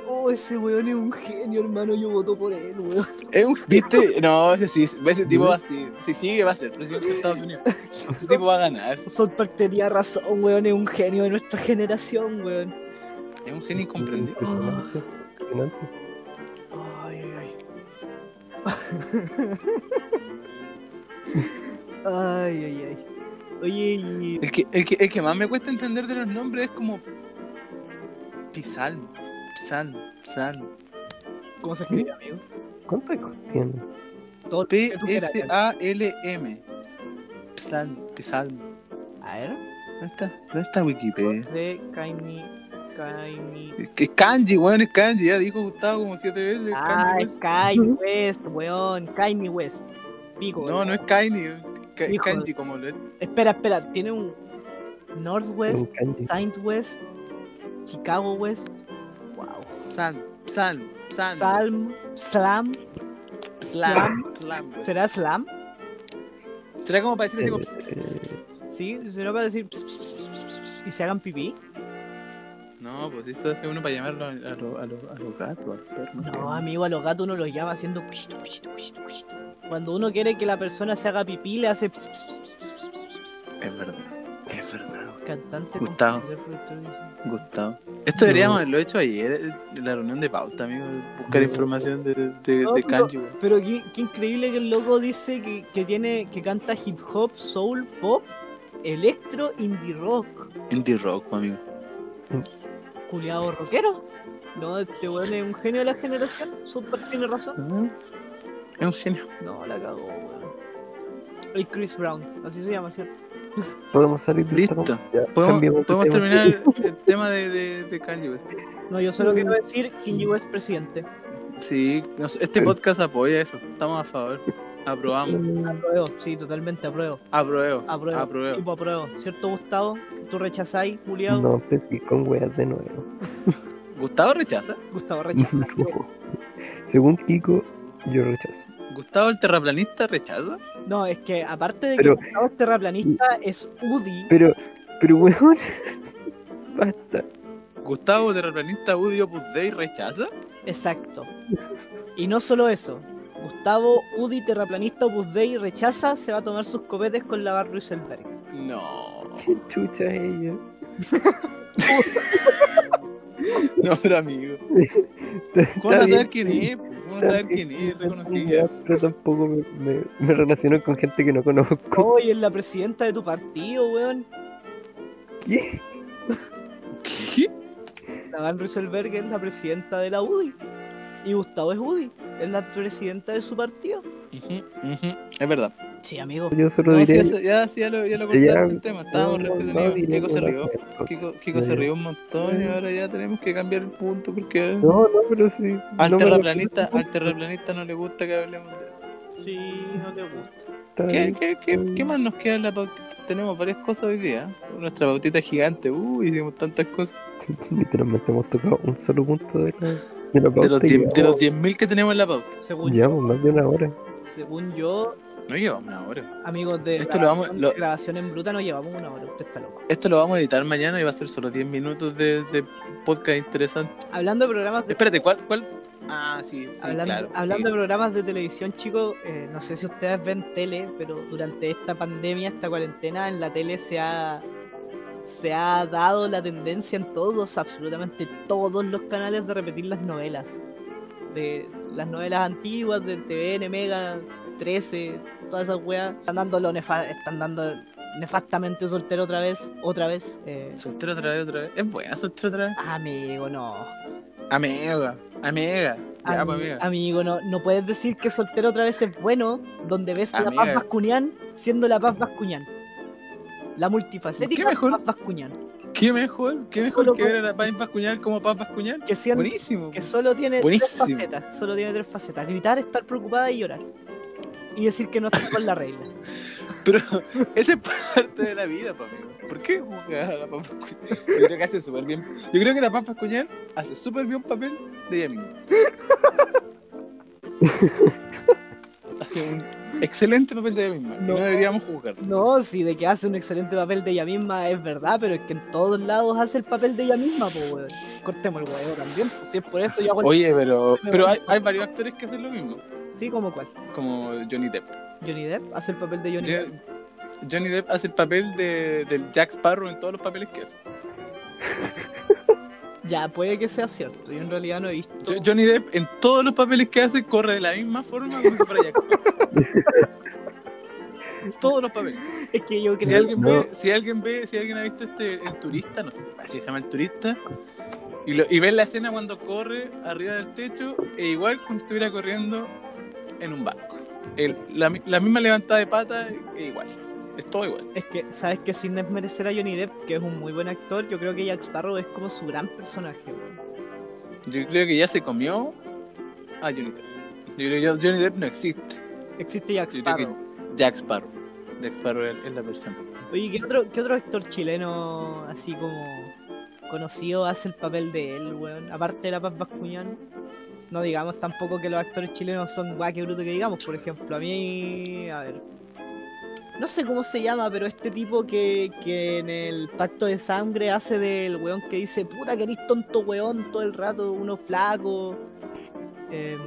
A: Oh, ese weón es un genio, hermano. Yo voto por él, weón.
B: Es un- ¿Viste? No, ese, sí- ese
A: ¿Mm?
B: tipo va a ser. Si sigue, va a ser presidente de Estados Unidos. Ese tipo va a ganar.
A: South Park tenía razón, weón. Es un genio de nuestra generación, weón.
B: Es un genio incomprendido.
C: Impresionante. impresionante.
A: Ay, ay, ay. ay, ay, ay. Oye, y-
B: El que, el, que, el que más me cuesta entender de los nombres es como. Pisalmo. Pisalmo. Pisalmo.
A: ¿cómo se escribe, amigo?
C: ¿Cuántas cosas tiene?
A: Todo lo que tú quieras, weón.
B: P-S-A-L-M. Pisalmo. Pisalmo.
A: A ver.
B: ¿Dónde está, ¿Dónde está Wikipedia?
A: De Kaimi. Kaimi.
B: Es que Es kanji, weón, es kanji. Ya dijo Gustavo como siete veces.
A: Ah,
B: kanji,
A: es
B: weón.
A: Kaimi West, weón. Kaimi West. Pico.
B: pues. no,
A: weón.
B: no es Kaini. es ka-
A: Hijo de-
B: kanji como lo es.
A: Espera, espera. Tiene un. Northwest.
C: Un kanji.
A: Saint West, Chicago West, wow.
B: Psalm, psalm, psalm.
A: Salm, Slam,
B: Slam, slam.
A: ¿será Slam?
B: ¿Será como para decir así como,
C: Eh,
B: "Ps, ps, ps, ps"?
A: Sí, será para decir ps, ps, ps, ps, ps, ps, y se hagan pipí.
B: No, pues eso hace uno para llamarlo a, a lo- a lo- a los gatos, a los perros. sé.
A: No, amigo, a los gatos uno los llama haciendo cuchito, cuchito, cuchito, cuchito. Cuando uno quiere que la persona se haga pipí, le hace ps, ps, ps, ps, ps, ps, ps, ps.
B: Es verdad, es verdad,
A: cantante.
B: Gustavo.
A: compositor, productor, diseñador.
B: Gustavo. Esto deberíamos haberlo hecho ayer eh, en la reunión de pauta, amigo. Buscar
C: No.
B: información de, de,
A: No,
B: de
A: pero-
B: kanji, weón.
A: Pero qué, qué increíble que el loco dice que, que tiene que canta hip hop, soul, pop, electro, indie rock.
B: Indie rock, amigo.
A: culiado rockero. No, este weón es un genio de la generación. Super tiene razón.
B: Ah, Es un genio.
A: No, la cagó, weón. El Chris Brown, así se llama, ¿cierto?
C: Podemos salir de
B: Listo.
C: esta- ya, cambiemos
B: Podemos,
C: de
B: podemos
C: tema.
B: terminar el tema de, de, de Kanye West.
A: No, yo solo
C: Mm.
A: quiero decir Kanye West presidente.
B: Sí, nos- este podcast apoya eso. Estamos a favor. Aprobamos.
A: Apruebo, sí, totalmente apruebo.
B: Apruebo.
A: Apruebo.
B: Apruebo.
A: Tipo apruebo. ¿Cierto, Gustavo? Que tú rechazáis, culiado.
C: No, empecé con weas de nuevo.
B: Gustavo rechaza.
A: Gustavo rechaza.
C: Según Kiko, yo rechazo.
B: Gustavo el terraplanista rechaza.
A: no, es que aparte de
C: Pero-
A: que Gustavo es terraplanista, es UDI.
C: Pero, pero weón, basta.
B: Gustavo terraplanista Udi Opus Dei rechaza.
A: Exacto. Y no solo eso. Gustavo, UDI, terraplanista, Opus Dei, rechaza, se va a tomar sus copetes con la Bar Ruiselberg.
B: No.
C: Qué chucha es ella.
B: No, pero amigo.
C: Está
B: ¿Cómo no
C: bien,
B: saber quién
C: sí,
B: es? ¿Cómo no
C: está
B: saber
C: bien,
B: quién es?
C: sí,
B: Reconocida.
C: Pero tampoco me, me- me relaciono con gente que no conozco.
A: Hoy es la presidenta de tu partido, weón.
C: ¿Qué?
B: ¿Qué?
A: La Van Rieselberg es la presidenta de la UDI. Y Gustavo es UDI. Es la presidenta de su partido.
B: Ujú, ujú. Es verdad.
A: Sí, amigo.
C: Yo solo
B: No, sí,
C: diré.
B: eso- ya, sí, ya lo, ya lo
C: que ya-
B: cortaste el tema. Estábamos
C: no,
B: re
C: no,
B: entretenidos.
C: diré Eh,
B: Kiko se
C: nada
B: rió.
C: más.
B: Kiko, Kiko se
C: Ya, ya.
B: rió un montón y ahora ya tenemos que cambiar el punto porque
C: No, no, pero sí.
B: al
C: no me
B: terraplanista,
C: refiero
B: al terraplanista no le gusta que hablemos de eso.
A: Sí, no te gusta.
C: a-
B: ¿Qué, qué, qué,
C: eh.
B: qué más nos queda en la pautita? Tenemos varias cosas hoy día. ¿eh? Nuestra pautita gigante, uy, hicimos tantas cosas.
C: Literalmente hemos tocado un solo punto de la, de la
B: De los
C: pauta y
B: 10 de los
C: llevamos-
B: 10.000 que tenemos en la pauta.
A: Según,
C: Llevamos más de una hora.
A: según yo,
B: No llevamos una hora.
A: amigos de
B: Esto lo vamos-
A: grabación,
B: lo-
A: grabación en bruta, no llevamos una hora. Usted está loco.
B: Esto lo vamos a editar mañana y va a ser solo 10 minutos de, de podcast interesante.
A: Hablando de programas de
B: Espérate, ¿cuál? cuál? Ah, sí, sí,
A: Hablando,
B: claro.
A: hablando
B: sí.
A: de programas de televisión, chicos, eh, no sé si ustedes ven tele, pero durante esta pandemia, esta cuarentena, en la tele se ha, se ha dado la tendencia en todos, absolutamente todos los canales de repetir las novelas. De las novelas antiguas de TVN, Mega, 13, todas esas weas. Están dando, lo nefa- están dando nefastamente soltero otra vez, otra vez. eh.
B: Soltero otra vez, otra vez. Es buena, soltero otra vez.
A: Amigo, no.
B: Amiga, amiga. Ya,
A: Ami-
B: pues, amiga.
A: Amigo, no, no puedes decir que soltero otra vez es bueno, donde ves a la
B: Amiga.
A: paz vascuñán siendo la paz vascuñán. La multifacética
B: ¿Qué mejor?
A: paz vascuñán,
B: Qué mejor, qué
A: Solo
B: mejor que
A: por-
B: ver a la Paz Vascuñal como Paz Vascuñal.
A: que, siendo-
B: Buenísimo.
A: que solo tiene
B: Buenísimo.
A: tres facetas, solo tiene tres facetas, gritar, estar preocupada y llorar. Y decir que no está con la regla.
B: Pero esa es parte de la vida, pa' amigo. ¿Por qué juzgar a la Paz Vascuñal? Yo creo que hace súper bien. Yo creo que la Paz Vascuñal hace súper bien papel de ella misma. Hace un excelente papel de ella misma.
A: No.
B: No, deberíamos juzgar.
A: No, sí, de que hace un excelente papel de ella misma es verdad, pero es que en todos lados hace el papel de ella misma, pues weón. Cortemos el huevo también, pues, si es por eso yo hago el-
B: Oye, pero, pero hay, hay varios actores que hacen lo mismo,
A: Sí, como cuál.
B: como Johnny Depp.
A: Johnny Depp hace el papel de Johnny Depp.
B: Jo- Johnny Depp hace el papel de, del Jack Sparrow en todos los papeles que hace.
A: Ya, puede que sea cierto, yo en realidad no he visto...
B: Jo- Johnny Depp en todos los papeles que hace corre de la misma forma como si fuera Jack Sparrow. todos los papeles.
A: Es que yo
B: Si
A: creo
B: alguien,
C: No.
B: ve, si alguien ve, si alguien ha visto este el turista, no sé, así se llama el turista, y, lo, y ves la escena cuando corre arriba del techo, e igual como si estuviera corriendo en un barco. El- la, mi- la misma levantada de pata, e igual. Es todo igual.
A: Es que, ¿sabes que Sin desmerecer a Johnny Depp, que es un muy buen actor, yo creo que Jack Sparrow es como su gran personaje, weón.
B: Yo creo que ya se comió a Johnny Depp. Yo creo que Johnny Depp no existe.
A: Existe Jack
B: Yo creo que
A: Sparrow.
B: Jack Sparrow. Jack Sparrow es, es la persona.
A: Oye, ¿qué otro, ¿qué otro actor chileno así como conocido hace el papel de él, weón? Aparte de La Paz Vascuñán. No digamos tampoco que los actores chilenos son guau, qué bruto que digamos, por ejemplo. A mí, a ver. No sé cómo se llama, pero este tipo que, que en el pacto de sangre hace del weón que dice, puta que eres tonto weón todo el rato, uno flaco. Em,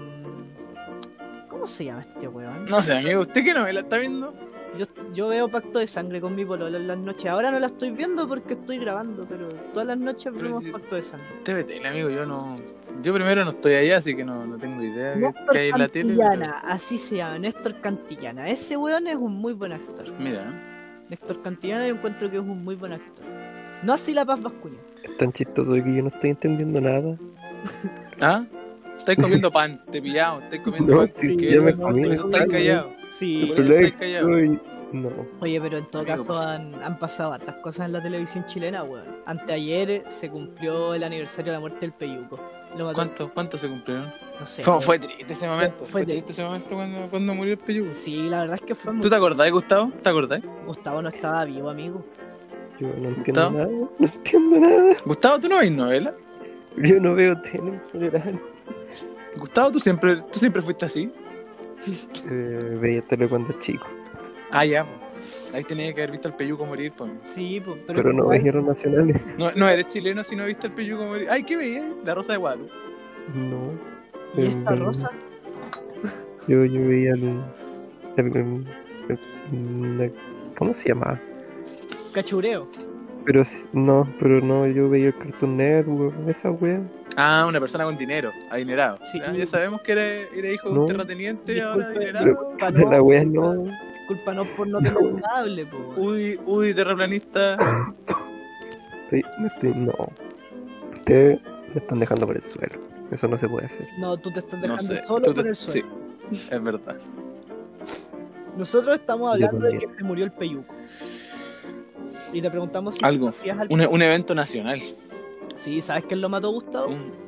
A: ¿Cómo se llama este weón?
B: No sé, amigo, ¿usted qué novela está viendo?
A: Yo, yo veo Pacto de Sangre con mi pololo en las noches. Ahora no la estoy viendo porque estoy grabando, pero todas las noches
B: Pero
A: vemos
B: si-
A: Pacto de Sangre.
B: TVT, amigo, yo no. Yo primero no estoy allá, así que no, no tengo idea de qué hay en eh, la
A: Néstor
B: tele.
A: Cantillana, así se llama, Néstor Cantillana. Ese weón es un muy buen actor.
B: pero- Mira,
A: Néstor Cantillana yo encuentro que es un muy buen actor. No así La Paz Vascuña.
C: Es tan chistoso que yo no estoy entendiendo nada.
B: ¿ah? Estáis comiendo pan, te pillado, estáis comiendo
C: No,
B: pan
C: sí,
B: con
A: ya
B: queso,
A: me
B: ¿no?
A: comí
B: Por
A: el
B: eso estáis
A: pan,
B: callados.
A: Sí,
B: Pero-
C: Pero
B: está
C: es que
B: callado.
C: soy- No.
A: oye, pero en todo
B: Amigo,
A: caso
B: pues. por favor.
A: han, han pasado hartas cosas en la televisión chilena, weón. Anteayer se cumplió el aniversario de la muerte del Peyuco. Lo mató-
B: ¿Cuánto, ¿Cuánto se cumplieron?
A: No sé.
B: Fue,
A: weón.
B: fue triste ese momento.
A: Fue
B: Fue
A: tri-
B: triste ese momento cuando, cuando murió el peyugo.
A: Sí, la verdad es que fue muy...
B: ¿Tú te acordás, Gustavo? ¿Te acordás?
A: Gustavo no estaba vivo, amigo.
C: Yo no
B: ¿Está?
C: entiendo nada. No entiendo nada.
B: Gustavo, ¿tú no veis novela?
C: Yo no veo tele en general.
B: Gustavo, ¿tú siempre, tú siempre fuiste así.
C: Eh, veía tele cuando chico.
B: Ah, ya. po. Ahí tenía que haber visto al Peyuco morir, po.
A: Sí, pues, pero...
C: Pero, no
A: igual-
C: veía los nacionales.
B: No, no eres chileno si no viste al Peyuco morir. Ay, ¿qué veía? La Rosa de Guadalupe.
C: No.
A: ¿Y esta
C: Em,
A: rosa?
C: Yo, yo veía el, el- el- el- el- ¿Cómo se llamaba?
A: Cachureo.
C: Pero s- no, pero no, yo veía el Cartoon Network, esa wea.
B: Ah, una persona con dinero, adinerado.
A: Sí.
B: Ah, Ya sabemos que era, era hijo de
C: No.
B: un terrateniente ahora
A: Disculpe,
B: adinerado.
A: disculpa,
C: De la
A: no,
C: wea no.
A: disculpa, no por no tener
C: No.
A: cable, po. weón.
B: Udi, Udi terraplanista.
C: Estoy, me estoy, no. Ustedes me están dejando por el suelo. Eso no se puede hacer.
A: No, tú te estás
B: No
A: dejando
B: sé.
A: solo
B: tú
A: por
B: te-
A: el suelo.
B: Sí, es verdad.
A: Nosotros estamos hablando de que
C: también.
A: se murió el peyuco. Y te preguntamos si
B: Algo.
A: conocías al
B: Un, un evento nacional.
A: Sí, ¿sabes quién lo mató, Gustavo?
B: Un-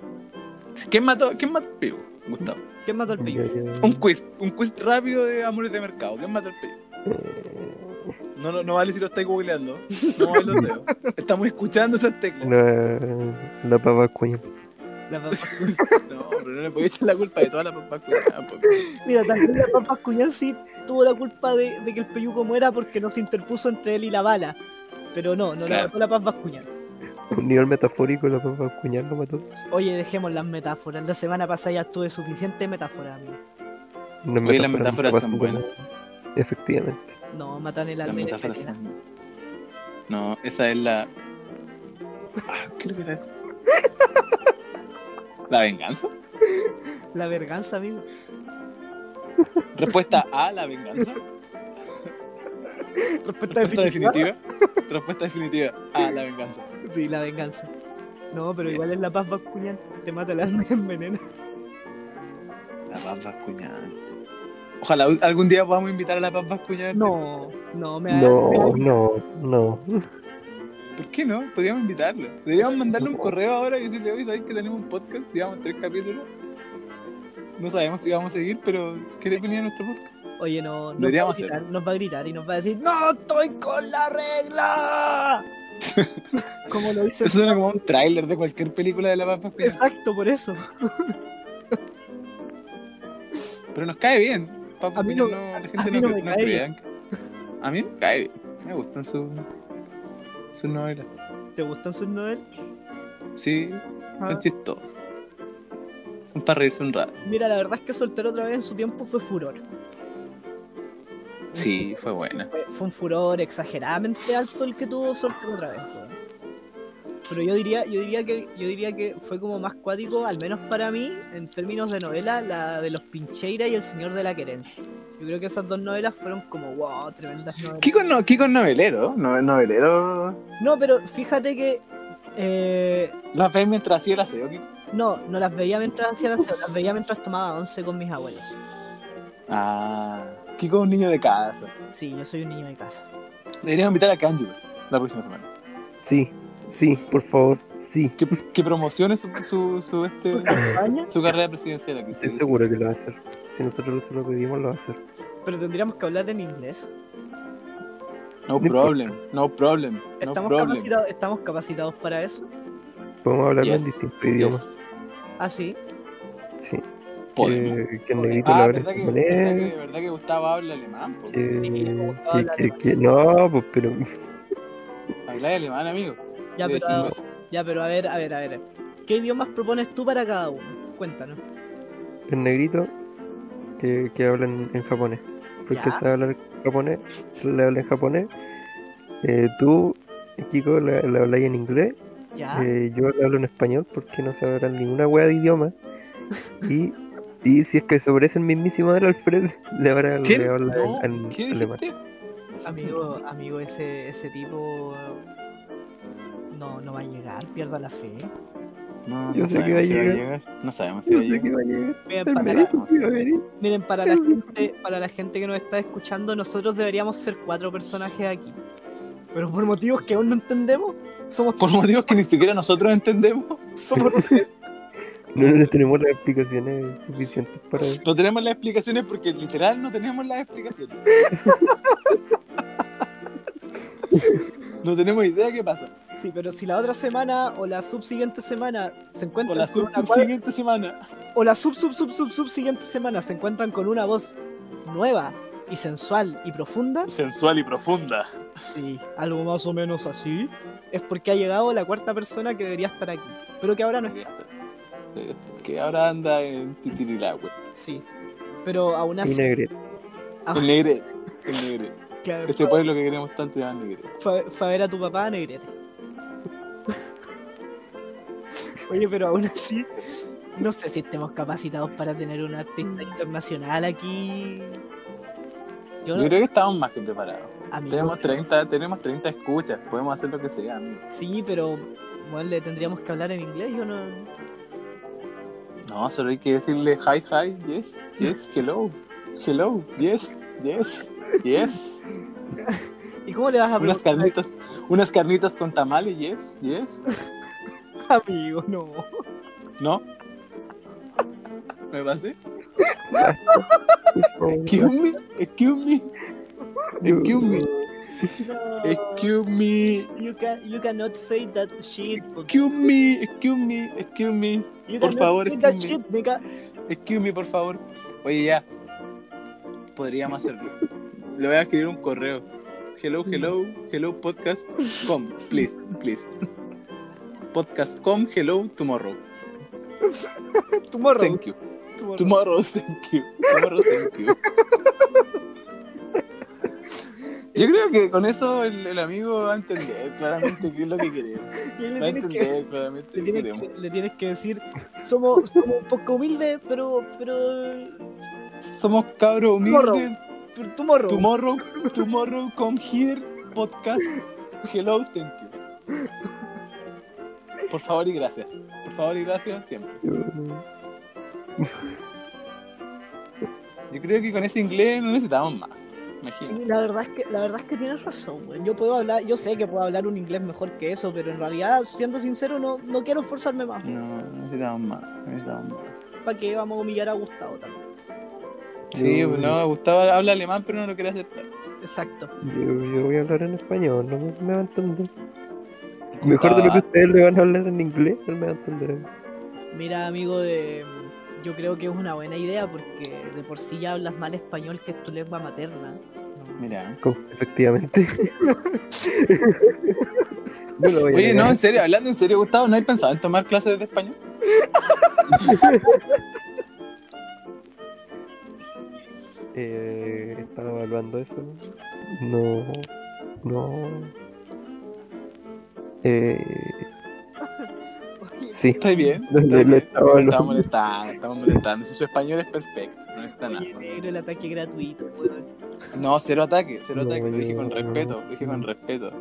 B: ¿Quién mató, ¿Quién mató al pivo? Gustavo.
A: ¿Quién mató al peyuco?
B: Un quiz, un quiz rápido de amores de mercado. ¿Quién mató al pivo?
C: eh,
B: No, no, no vale si lo estáis googleando. No vale los dedos. Estamos escuchando esas teclas. No,
C: La, la papa cuña.
A: La papa-
B: pero no le podéis echar la culpa de toda la papá.
A: Mira, también la papa Cuñán sí tuvo la culpa de, de que el peyuco muera porque no se interpuso entre él y la bala. Pero no, no la
B: Claro.
A: mató la paz Bascuñán.
C: Un nivel metafórico, la papa cuña lo mató.
A: Oye, dejemos las metáforas. La semana pasada ya tuve suficiente metáfora, amigo.
C: Una
B: Oye, las
C: metáfora
B: metáforas
C: más
B: son
C: buena. Efectivamente.
A: No, matan el
B: Las
A: alma y la
B: metáforas
A: escalera.
B: son- No, esa es la. Ah, ¿Qué le era esa? ¿La venganza?
A: La verganza, amigo.
B: Respuesta A, la venganza.
A: Respuesta
B: Respuesta
A: definitiva.
B: definitiva. Respuesta definitiva. A, la venganza.
A: Sí, la venganza. No, pero igual es la paz Bascuñán. Te mata el alma y envenena.
B: La paz vascuñana. Ojalá algún día podamos invitar a la paz vascuñana.
A: No, no, me da- me da-
C: No, no, no.
B: ¿Por qué no? Podríamos invitarlo. Deberíamos mandarle un
C: No.
B: correo ahora y decirle, oye, ¿sabes que tenemos un podcast? Llevamos tres capítulos. No sabemos si vamos a seguir, pero ¿querés venir a nuestro podcast?
A: Oye, no, nos va, a
B: Deberíamos
A: gritar, nos va a gritar y nos va a decir ¡No estoy con la regla! como lo dice
B: Eso suena como un tráiler de cualquier película de la paz vascuñana.
A: Exacto, por eso.
B: Pero nos cae bien. Papo
A: A mí
B: Pino
A: no-
B: no- la
A: a
B: gente
A: mí
B: no,
A: no me
B: no
A: cae
B: creía que- A mí me cae bien. Me gustan sus sus novelas.
A: ¿Te gustan sus novelas?
B: Sí,
A: Ah,
B: son chistosas. Son para reírse un rato.
A: Mira, la verdad es que soltero otra vez en su tiempo fue furor.
B: Sí, fue buena.
A: Fue, fue un furor exageradamente alto el que tuvo soltero otra vez. weón. Pero yo diría, yo diría que, yo diría que fue como más cuático, al menos para mí, en términos de novela, la de los Pincheira y El Señor de la Querencia. Yo creo que esas dos novelas fueron como wow, tremendas novelas.
B: Kiko, no, Kiko es novelero. no- novelero.
A: No, pero fíjate que eh,
B: Las ves mientras hacía el aseo, Kiko.
A: no, no las veía mientras hacía el aseo, las veía mientras tomaba once con mis abuelos.
B: Ah, Kiko es un niño de casa.
A: Sí, yo soy un niño de casa.
B: Deberíamos invitar a Candy pues, la próxima semana.
C: Sí, sí, por favor, sí.
B: Que, que promocione su, su, su, este-
A: Su campaña,
B: su carrera presidencial aquí.
C: Estoy
B: sí, sí.
C: seguro que lo va a hacer. Si nosotros se lo pedimos, lo va a hacer.
A: pero tendríamos que hablar en inglés.
B: No problem, no problem. No
A: ¿Estamos,
B: problem. Ah,
A: capacitados, ¿estamos capacitados para eso?
C: Podemos hablarlo en
B: Yes,
C: distintos
B: Yes,
C: idiomas.
A: Ah, sí.
C: Sí.
B: Podemos.
C: Que, que el
A: Podemos.
C: negrito lo
B: Ah,
C: hable
B: ¿verdad que,
C: en
B: verdad,
C: japonés.
B: que, verdad que Gustavo habla alemán? po?
C: Que,
A: Sí, me gustaba
C: que,
A: hablar
C: que-
A: alemán.
C: que- no, pues pero
B: Habla alemán, amigo.
A: Ya,
B: Le
A: pero,
B: dijimos,
A: ya, pero a ver, a ver, a ver. ¿Qué idiomas propones tú para cada uno? Cuéntanos.
C: el negrito que, que habla en, en japonés. Porque
A: Ya.
C: sabe hablar japonés, le habla en japonés. Eh, tú, Kiko, le, le habláis en inglés.
B: Ah.
A: Ya,
C: Eh, yo le hablo en español porque no sabrán ninguna wea de idioma. Y, y si es que sobre ese mismísimo del Alfred, le habrá
B: ¿Qué?
C: le habla en-
B: No,
C: en
B: ¿Qué
C: alemán.
B: dijiste?
A: amigo, amigo, ese, ese tipo no, no va a llegar, pierda la fe.
B: No,
C: Yo
B: no
C: sé que
B: sabemos si
C: va
B: va
C: a
B: a llegar. No sabemos si
C: Yo
B: va a
C: sé que
B: llegar.
C: va a llegar,
A: Miren,
C: el
A: para, la,
C: médico que pues, va a venir.
A: miren, para la gente, para la gente que nos está escuchando, nosotros deberíamos ser cuatro personajes aquí. Pero por motivos que aún no entendemos, somos
B: Por motivos que ni siquiera nosotros entendemos,
A: somos tres.
C: No, no tenemos las explicaciones suficientes para
B: no tenemos las explicaciones porque literal no tenemos las explicaciones. No tenemos idea de qué pasa.
A: Sí, pero si la otra semana o la subsiguiente semana se
B: O
A: encuentran
B: la
A: con
B: sub-
A: una cuadra-
B: subsiguiente semana.
A: o la sub sub sub sub siguiente semana se encuentran con una voz nueva y sensual y profunda,
B: Sensual y profunda.
A: sí, algo más o menos así, es porque ha llegado la cuarta persona que debería estar aquí, pero que ahora no está.
B: Que ahora anda en Titirilagüe.
A: Sí, pero aún
C: mi
A: así,
C: negrito.
B: El negre. El negre.
A: claro,
B: Ese pueblo que queremos tanto se llama Negrete.
A: fue, fue a ver a tu papá Negrete. Oye, pero aún así, no sé si estemos capacitados para tener un
B: Mm.
A: artista internacional aquí. Yo
B: Yo
A: no,
B: creo que estamos más que preparados.
A: amigo,
B: Tenemos 30, tenemos 30 escuchas, podemos hacer lo que sea, amigo.
A: Sí, pero bueno, le tendríamos que hablar en inglés, yo no.
B: No, solo hay que decirle hi, hi, yes, yes, hello, hello, yes, yes. Yes.
A: ¿Y cómo le vas a
B: Unas
A: preguntar
B: carnitas, unas carnitas con tamales, yes, yes.
A: a amigo? No.
B: ¿No? ¿Me pasé?
C: Por favor.
B: Excuse me, excuse me, excuse me,
A: No.
B: excuse me,
A: You, can, you cannot say that shit.
B: excuse me, excuse me, excuse me,
A: You
B: por
A: cannot
B: favor,
A: say that
B: excuse me.
A: shit, nigga.
B: excuse me, por favor. Oye, ya, podríamos hacerlo. Le voy a escribir un correo. Hello, hello, hello, podcast, come, please, please. Podcast, come, hello, tomorrow.
A: Tomorrow.
B: Thank you.
A: tomorrow.
B: Tomorrow, thank you. Tomorrow, thank you. Yo creo que con eso el, el amigo va a entender claramente qué es lo que queremos.
A: Y ahí
B: Va a
A: le tienes que,
B: entender claramente
A: le
B: qué
A: tienes
B: queremos.
A: que, le tienes que decir, somos, somos un poco humildes, pero, pero,
B: Somos cabros humildes.
A: pero tomorrow.
B: Tomorrow, tomorrow, come here, podcast. Hello, thank you. Por favor y gracias. Por favor y gracias siempre. Yo creo que con ese inglés no necesitamos más.
A: Sí,
B: Imagínate.
A: la verdad es que, la verdad es que tienes razón, weón. Yo puedo hablar, yo sé que puedo hablar un inglés mejor que eso, pero en realidad, siendo sincero, no, no quiero esforzarme más.
B: No, no necesitamos más. No necesitamos más.
A: ¿Para qué vamos a humillar a Gustavo también?
B: Sí,
C: Yo-
B: no, Gustavo habla alemán, pero no lo quiere aceptar.
A: Exacto.
C: Yo, yo voy a hablar en español, no me, me va a entender. Mejor de lo que ustedes le van a hablar en inglés, no me va a entender.
A: Mira, amigo, eh, yo creo que es una buena idea porque de por sí ya hablas mal español, que es tu lengua materna.
B: Mira.
C: Co- Efectivamente. no lo voy a
B: Oye, no,
C: negar.
B: en serio, hablando en serio, Gustavo, ¿no hay pensado en tomar clases de español?
C: Eh, he estado evaluando eso. No. No. Eh,
A: Oye,
C: sí.
B: ¿Está bien?
C: Lo- lo- lo estaba
B: Lo estamos
C: evaluando.
B: molestando, estamos molestando. Si su español es perfecto, no está nada.
A: Oye, negro, el ataque gratuito, weón.
B: No, cero ataque, cero
C: No,
B: ataque, lo dije con
C: yo-
B: respeto, lo dije con respeto.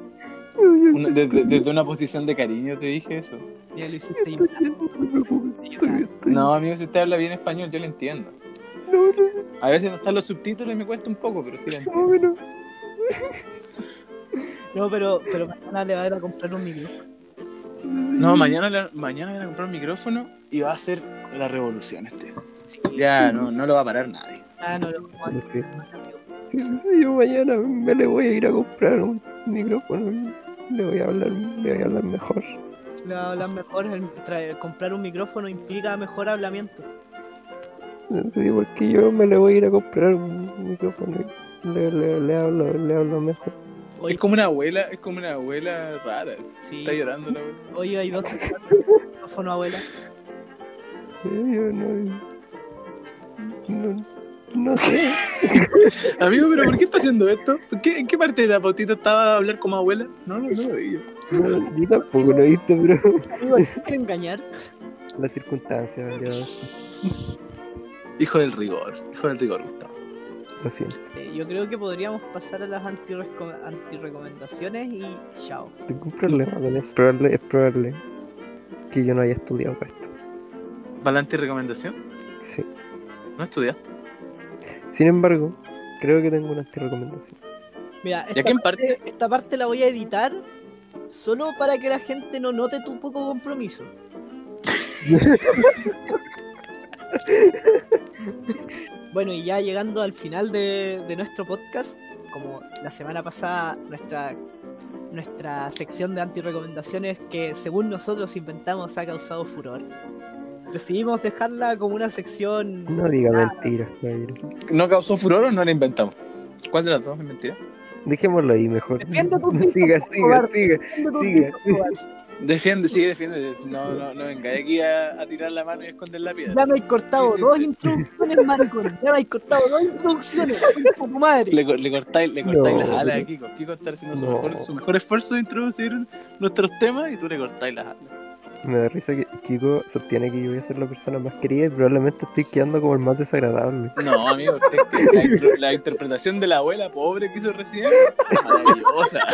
B: Una- desde, desde una posición de cariño te dije eso.
A: Ya lo hiciste imitar.
B: No, amigo, si usted habla bien español, yo lo entiendo. A veces no están los subtítulos y me cuesta un poco, pero sí lo entiendo.
A: No, pero, pero mañana le va a ir a comprar un micrófono.
B: No, mañana, le- mañana voy a comprar un micrófono y va a ser la revolución este.
A: Sí.
B: Ya, no, no lo va a parar nadie.
A: Ah, no, lo vamos
C: Sí.
A: a- amigo.
C: Yo mañana me le voy a ir a comprar un micrófono. y Le voy a hablar, le voy a hablar mejor.
A: No, hablar mejor, el tra- comprar un micrófono implica mejor hablamiento.
C: Sí, porque yo me le voy a ir a comprar un micrófono. y Le, le, le hablo, le hablo mejor.
A: Oye,
B: Es como una abuela, es como una abuela rara.
A: Sí.
B: Está llorando la abuela.
A: hoy hay dos micrófonos, abuela.
C: Eh, Yo no, no, no sé.
B: Amigo, pero ¿por qué está haciendo esto? ¿Por qué- ¿En qué parte de la pautita estaba a hablar como abuela? No, no, no lo veía.
C: No, yo tampoco lo he visto, pero
A: Amigo, ¿te quiere engañar?
C: las circunstancias, yo
B: Hijo del rigor, hijo del rigor, Gustavo.
C: lo siento.
A: Eh, Yo creo que podríamos pasar a las antirreco- antirrecomendaciones y chao.
C: Tengo un problema con eso. Es probable, es probable que yo no haya estudiado para esto.
B: ¿Valante recomendación?
C: Sí.
B: ¿No estudiaste?
C: Sin embargo, creo que tengo una antirecomendación.
A: Mira, esta,
B: qué en
A: parte, esta parte la voy a editar solo para que la gente no note tu poco compromiso. bueno, y ya llegando al final de, de nuestro podcast, como la semana pasada nuestra, nuestra sección de antirecomendaciones que según nosotros inventamos ha causado furor, decidimos dejarla como una sección...
C: No diga
A: Ah,
C: mentiras, caballero.
B: ¿No causó furor o no la inventamos? ¿Cuál de las dos es mentira?
C: Dejémoslo ahí mejor.
A: Defiende tu punto,
C: Siga, siga,
A: cobarde.
C: siga. Sigue.
B: Defiende, sí, defiende. No, no, no, venga de aquí a, a tirar la mano y a esconder la piedra.
A: Ya me he cortado
B: Sí, sí,
A: dos
B: sí.
A: introducciones, maricón. Ya me he cortado dos introducciones. concha tu madre.
B: Le, co- le cortáis, le cortáis
C: No.
B: las alas a Kiko. Kiko está haciendo su,
C: No.
B: mejor, su mejor esfuerzo de introducir nuestros temas y tú le cortáis las alas.
C: me da risa que Kiko sostiene que yo voy a ser la persona más querida y probablemente estoy quedando como el más desagradable.
B: No, amigo, es que la, intro- la interpretación de la abuela pobre que hizo recién, maravillosa.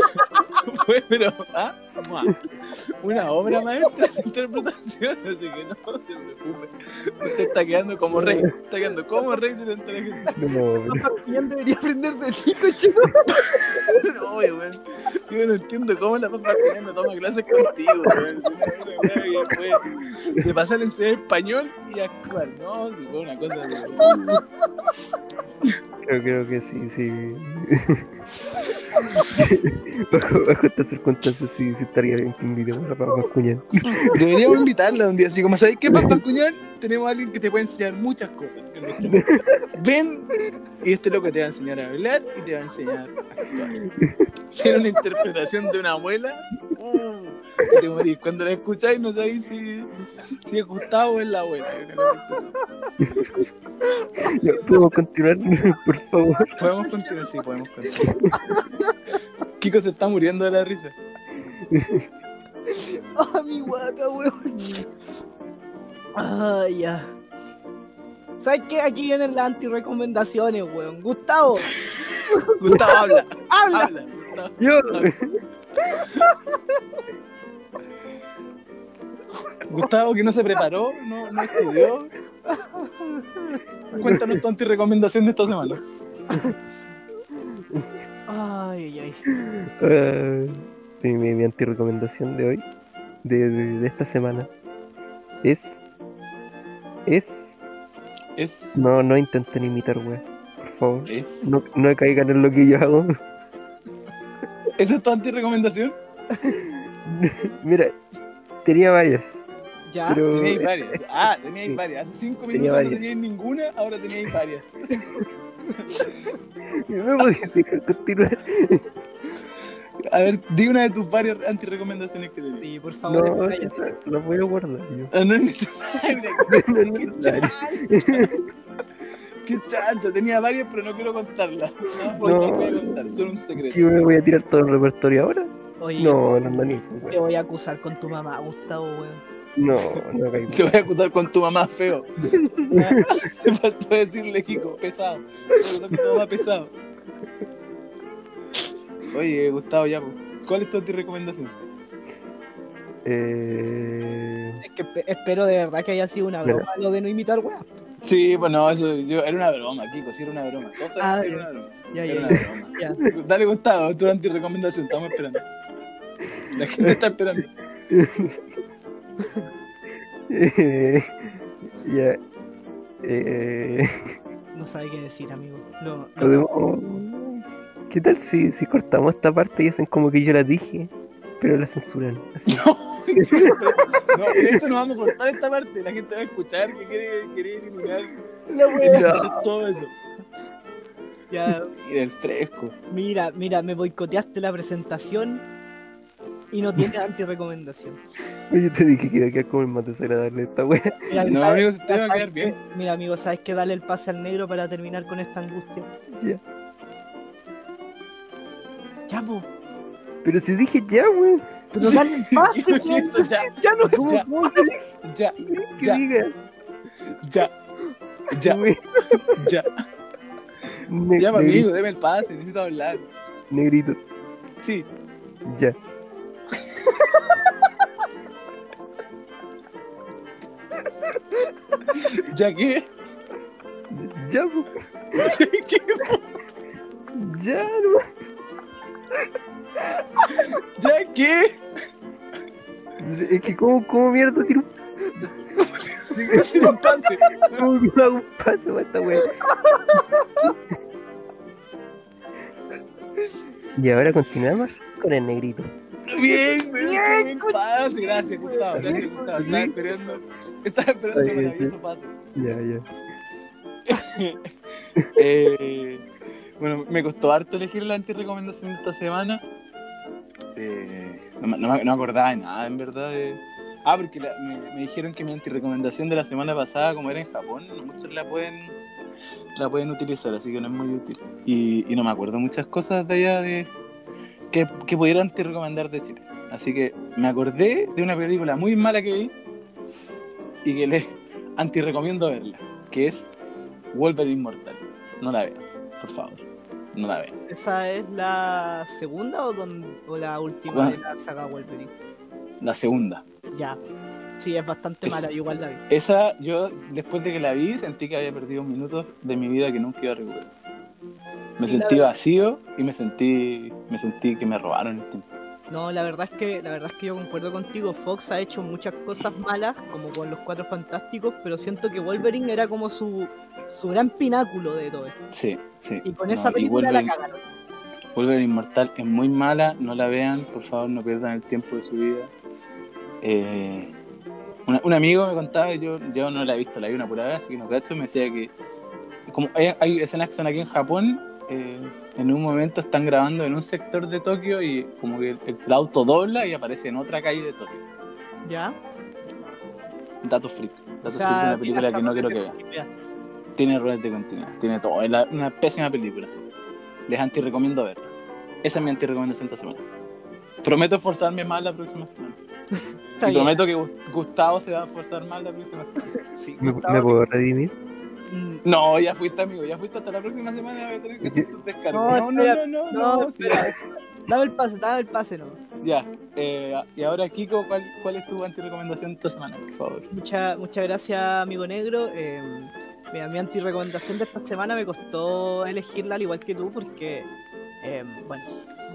B: Fue, pero, ah, ¡mua! una obra maestra esa interpretación, así que no se preocupe. Usted está quedando como rey, está quedando como rey delante de la gente.
C: No, pero-
A: También debería aprender de ti, chico.
B: Oye, weón, yo no entiendo cómo la papá no toma clases contigo, weón. Una wea que fue De pasar a enseñar español y actuar, no, si fue una cosa de...
C: yo creo que sí, sí. bajo, bajo estas circunstancias sí, sí estaría bien que invitemos a Pablo Cuña.
B: Deberíamos invitarla un día, así como, ¿sabes qué, Pastor Cuñón? Tenemos a alguien que te puede enseñar muchas cosas. en nuestro podcast. Ven, y este loco te va a enseñar a hablar y te va a enseñar a actuar. Tiene una interpretación de una abuela. uh, que te morís. Cuando la escucháis, no sabéis si, si es Gustavo o es la abuela.
C: Ya, ¿Podemos continuar, por favor?
B: Podemos continuar, sí, podemos continuar. Kiko se está muriendo de la risa.
A: Ah, mi guata, weón. Ah, ya. ¿Sabes qué? Aquí vienen las antirecomendaciones, weón. Gustavo,
B: Gustavo, habla,
A: habla.
B: habla. Gustavo.
C: Yo.
B: Gustavo, que no se preparó, no, no estudió. Cuéntanos tu antirecomendación de esta semana.
A: Ay, ay, ay.
C: Ah, sí, mi, mi antirecomendación de hoy, de, de- de esta semana, es. Es.
B: Es.
C: No, no intenten imitar, weón. Por favor.
B: es-
C: No, no caigan en lo que yo hago.
B: ¿Esa es tu antirecomendación?
C: Mira, tenía varias.
A: Ya.
C: Pero
B: Teníais varias. Ah, teníais varias. Hace cinco
C: Tenía
B: minutos no
C: varias.
B: teníais ninguna, ahora teníais varias.
C: no podía dejar continuar.
B: A ver, di una de tus varias antirecomendaciones que tenías.
A: Sí, por favor.
C: No,
A: expláyate.
C: esa- la voy a guardar yo.
B: Ah, No es necesaria.
C: No es
B: Qué
C: necesario.
B: chanta. Qué chanta. Tenía varias, pero no quiero contarlas. No, pues, no
C: No.
B: quiero contar. Son un secreto.
C: ¿Yo me voy a tirar todo el repertorio ahora?
A: Oye,
C: No, no, no, ni-
A: te voy a acusar con tu mamá, Gustavo, weón.
C: no, no caigan.
B: Te voy a acusar con tu mamá feo. Te faltó decirle, Kiko, pesado. Te faltó con tu mamá pesado. Oye, Gustavo, ya, po. ¿cuál es tu antirecomendación?
C: Eh,
A: Es que espe- espero de verdad que haya sido una
C: Mira.
A: broma lo de no imitar, weón.
B: Sí, pues no, eso yo, era una broma, Kiko, sí, era una broma. Todos
A: Ah,
B: sabemos que era
A: ya.
B: una broma.
A: Ya,
B: Era
A: ya,
B: una
A: ya.
B: broma. Dale, Gustavo, tu antirecomendación, estamos esperando. La gente está esperando.
C: eh, ya. Eh,
A: No sabe qué decir, amigo. No, no.
C: podemos- ¿Qué tal si, si cortamos esta parte y hacen como que yo la dije, pero la censuran? Así.
B: No, de hecho, no vamos a cortar esta parte. La gente va a escuchar que quiere, quiere eliminar
A: La weá.
B: todo eso.
A: Ya,
B: Mira, el fresco.
A: mira, mira, me boicoteaste la presentación y no tienes antirecomendación.
C: Yo te dije que iba a quedar como el más desagradable de esta wea.
A: Mira,
B: No,
A: ¿sabes-
B: amigo, si usted va a
A: sabes
B: quedar bien.
A: qué? Mira, amigo, ¿sabes qué? Dale el pase al negro para terminar con esta angustia.
C: Ya.
A: Ya, po.
C: Pero si dije ya, weón.
A: Pero dale el pase,
B: Eso
A: weón.
B: ya,
A: Ya no
B: ¿Cómo?
C: ¿Cómo,
B: Ya.
C: cómo querés
B: ya,
C: que
B: Ya.
C: diga?
B: ya, ya,
C: Weón,
B: ya.
C: ne-
B: Ya,
C: negri-
B: amigo, deme el pase, necesito hablar.
C: Negrito.
B: Sí,
C: Ya.
B: ya que,
C: Ya, po.
B: ya que,
C: Ya, no.
B: ya que.
C: Es que como, como mierda tiro un-
B: Tiene un pase.
C: como que hago un paso para esta wea. Y ahora continuamos con el negrito.
B: Bien, güey,
A: Bien,
B: bien,
A: coche,
B: pase. Gracias, Gustavo. Gracias,
C: bien,
B: Gustavo.
C: coche.
B: Estaba esperando, estaba esperando
C: Está
B: ese
C: bien,
B: maravilloso pase.
C: Ya, ya.
B: Eh, bueno, me costó harto elegir la antirecomendación de esta semana. Eh, no, me- no me- no me acordaba de nada, en verdad. de- Ah, porque la- me, me dijeron que mi antirecomendación de la semana pasada, como era en Japón, no muchos la pueden, la pueden utilizar, así que no es muy útil. Y, y no me acuerdo muchas cosas de allá de, que, que pudiera antirecomendar de Chile. Así que me acordé de una película muy mala que vi y que les antirecomiendo verla, que es Wolverine Mortal. No la vean, por favor. No la vean.
A: ¿Esa es la segunda o, don- o la última
B: ¿Cuál?
A: de la saga Wolverine?
B: La segunda.
A: Ya. Sí, es bastante
B: Esa.
A: mala, yo igual la vi.
B: Esa, yo después de que la vi, sentí que había perdido minutos de mi vida que nunca iba a recuperar. Me
A: Sí, la
B: sentí
A: verdad.
B: vacío y me sentí, me sentí que me robaron el tiempo.
A: No, la verdad es que la verdad es que yo concuerdo contigo. Fox ha hecho muchas cosas malas, como con los Cuatro Fantásticos, pero siento que Wolverine era como su, su gran pináculo de todo esto.
B: Sí, sí.
A: Y con
B: No,
A: esa
B: y
A: película la
B: Wolverine-
A: cagaron.
B: Wolverine Inmortal es muy mala, no la vean, por favor no pierdan el tiempo de su vida. Eh, una- un amigo me contaba, yo, yo no la he visto, la vi una pura vez, así que no cacho, me decía que como hay, hay escenas que son aquí en Japón, eh, en un momento están grabando en un sector de Tokio y como que el, el auto dobla y aparece en otra calle de Tokio.
A: ¿Ya?
B: Datos freak,
A: O
B: datos freak
A: sea,
B: de una
A: tiene
B: película
A: hasta
B: que no
A: más
B: quiero
A: de
B: que vean.
A: continuidad.
B: Tiene errores de continuidad, tiene todo, es la- una pésima película. Les antirecomiendo verla. Esa es mi antirecomendación esta semana. Prometo esforzarme más la próxima semana.
A: Está
B: y
A: bien,
B: prometo que Gus- Gustavo se va a esforzar más la próxima semana.
A: sí,
C: ¿Me,
A: Gustavo,
C: me puedo redimir?
A: mm,
B: No, ya fuiste amigo, ya fuiste hasta la próxima semana. Voy a tener que hacer tus descargos. No, no, no, no,
A: No,
B: no, sí.
A: espera. Dame el pase, dame el pase, no.
B: Ya. eh, y ahora, Kiko, ¿cuál, cuál es tu antirecomendación esta semana, por favor?
A: Mucha- muchas gracias, amigo negro. Eh, mira, mi antirecomendación de esta semana me costó elegirla al igual que tú, porque, eh, bueno,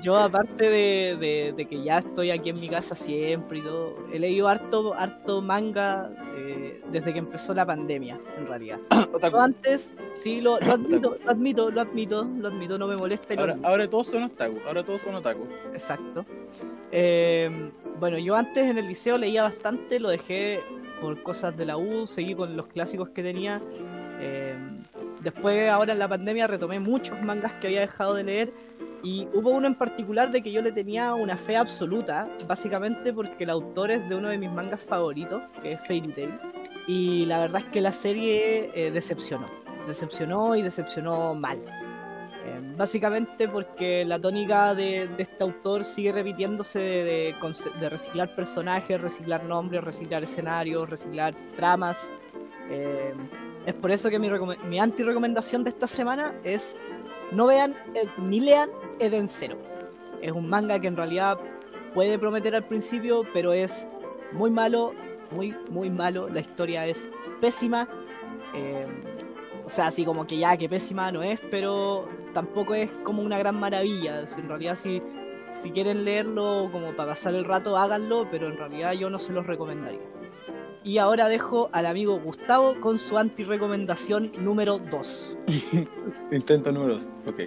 A: yo aparte de, de- de que ya estoy aquí en mi casa siempre y todo, he leído harto, harto manga eh, desde que empezó la pandemia, en realidad.
B: Otaku.
A: Yo antes, sí, lo, lo admito, lo admito, lo admito, lo admito, no me molesta. y lo
B: Ahora,
A: admito.
B: ahora todos son otaku, ahora todos son otaku.
A: Exacto. Eh, bueno, yo antes en el liceo leía bastante, lo dejé por cosas de la U, seguí con los clásicos que tenía. Eh, después, ahora en la pandemia, retomé muchos mangas que había dejado de leer. Y hubo uno en particular de que yo le tenía una fe absoluta, básicamente porque el autor es de uno de mis mangas favoritos, que es Fairy Tail. Y la verdad es que la serie eh, decepcionó. Decepcionó y decepcionó mal. Eh, básicamente porque la tónica de, de este autor sigue repitiéndose de, de conce- de reciclar personajes, reciclar nombres, reciclar escenarios, reciclar tramas. Eh, es por eso que mi, recome- mi anti-recomendación de esta semana es no vean eh, ni lean Eden Zero. Es un manga que en realidad puede prometer al principio, pero es muy malo, muy, muy malo. La historia es pésima. Eh, o sea, así como que ya, que pésima no es, pero tampoco es como una gran maravilla. O sea, En realidad, si, si quieren leerlo como para pasar el rato, háganlo, pero en realidad yo no se los recomendaría. Y ahora dejo al amigo Gustavo con su anti-recomendación número 2.
B: Intento números. Ok.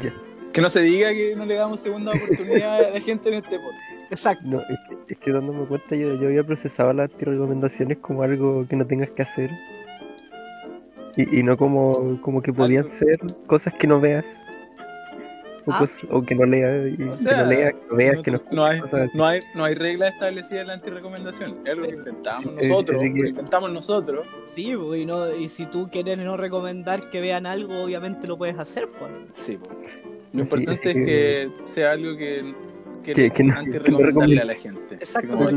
C: Ya.
B: Que no se diga que no le damos segunda oportunidad a la gente en este podcast.
A: Exacto.
C: No, es que, es que dándome cuenta, yo, yo había procesado las recomendaciones como algo que no tengas que hacer. Y, y no como, como que podían
B: Algo-
C: ser cosas que no veas. O,
A: Ah,
C: cosas- o que no leas, y
B: O
C: que
B: sea,
C: no leas, que no veas,
B: no,
C: que no
B: no hay,
C: cosas así.
B: no, hay, no hay regla establecida en la antirecomendación. Es algo que inventamos
C: Sí,
B: nosotros.
C: así que-
B: lo inventamos nosotros.
A: Sí, bo, y, no, y si tú quieres no recomendar que vean algo, obviamente lo puedes hacer. pues.
B: Sí, po. Lo
C: Así
B: importante
C: es
B: es que sea algo que, que,
C: Que- que no-
B: antirrecomendarle
C: que no
B: a la gente. Así
A: Exacto,
B: como,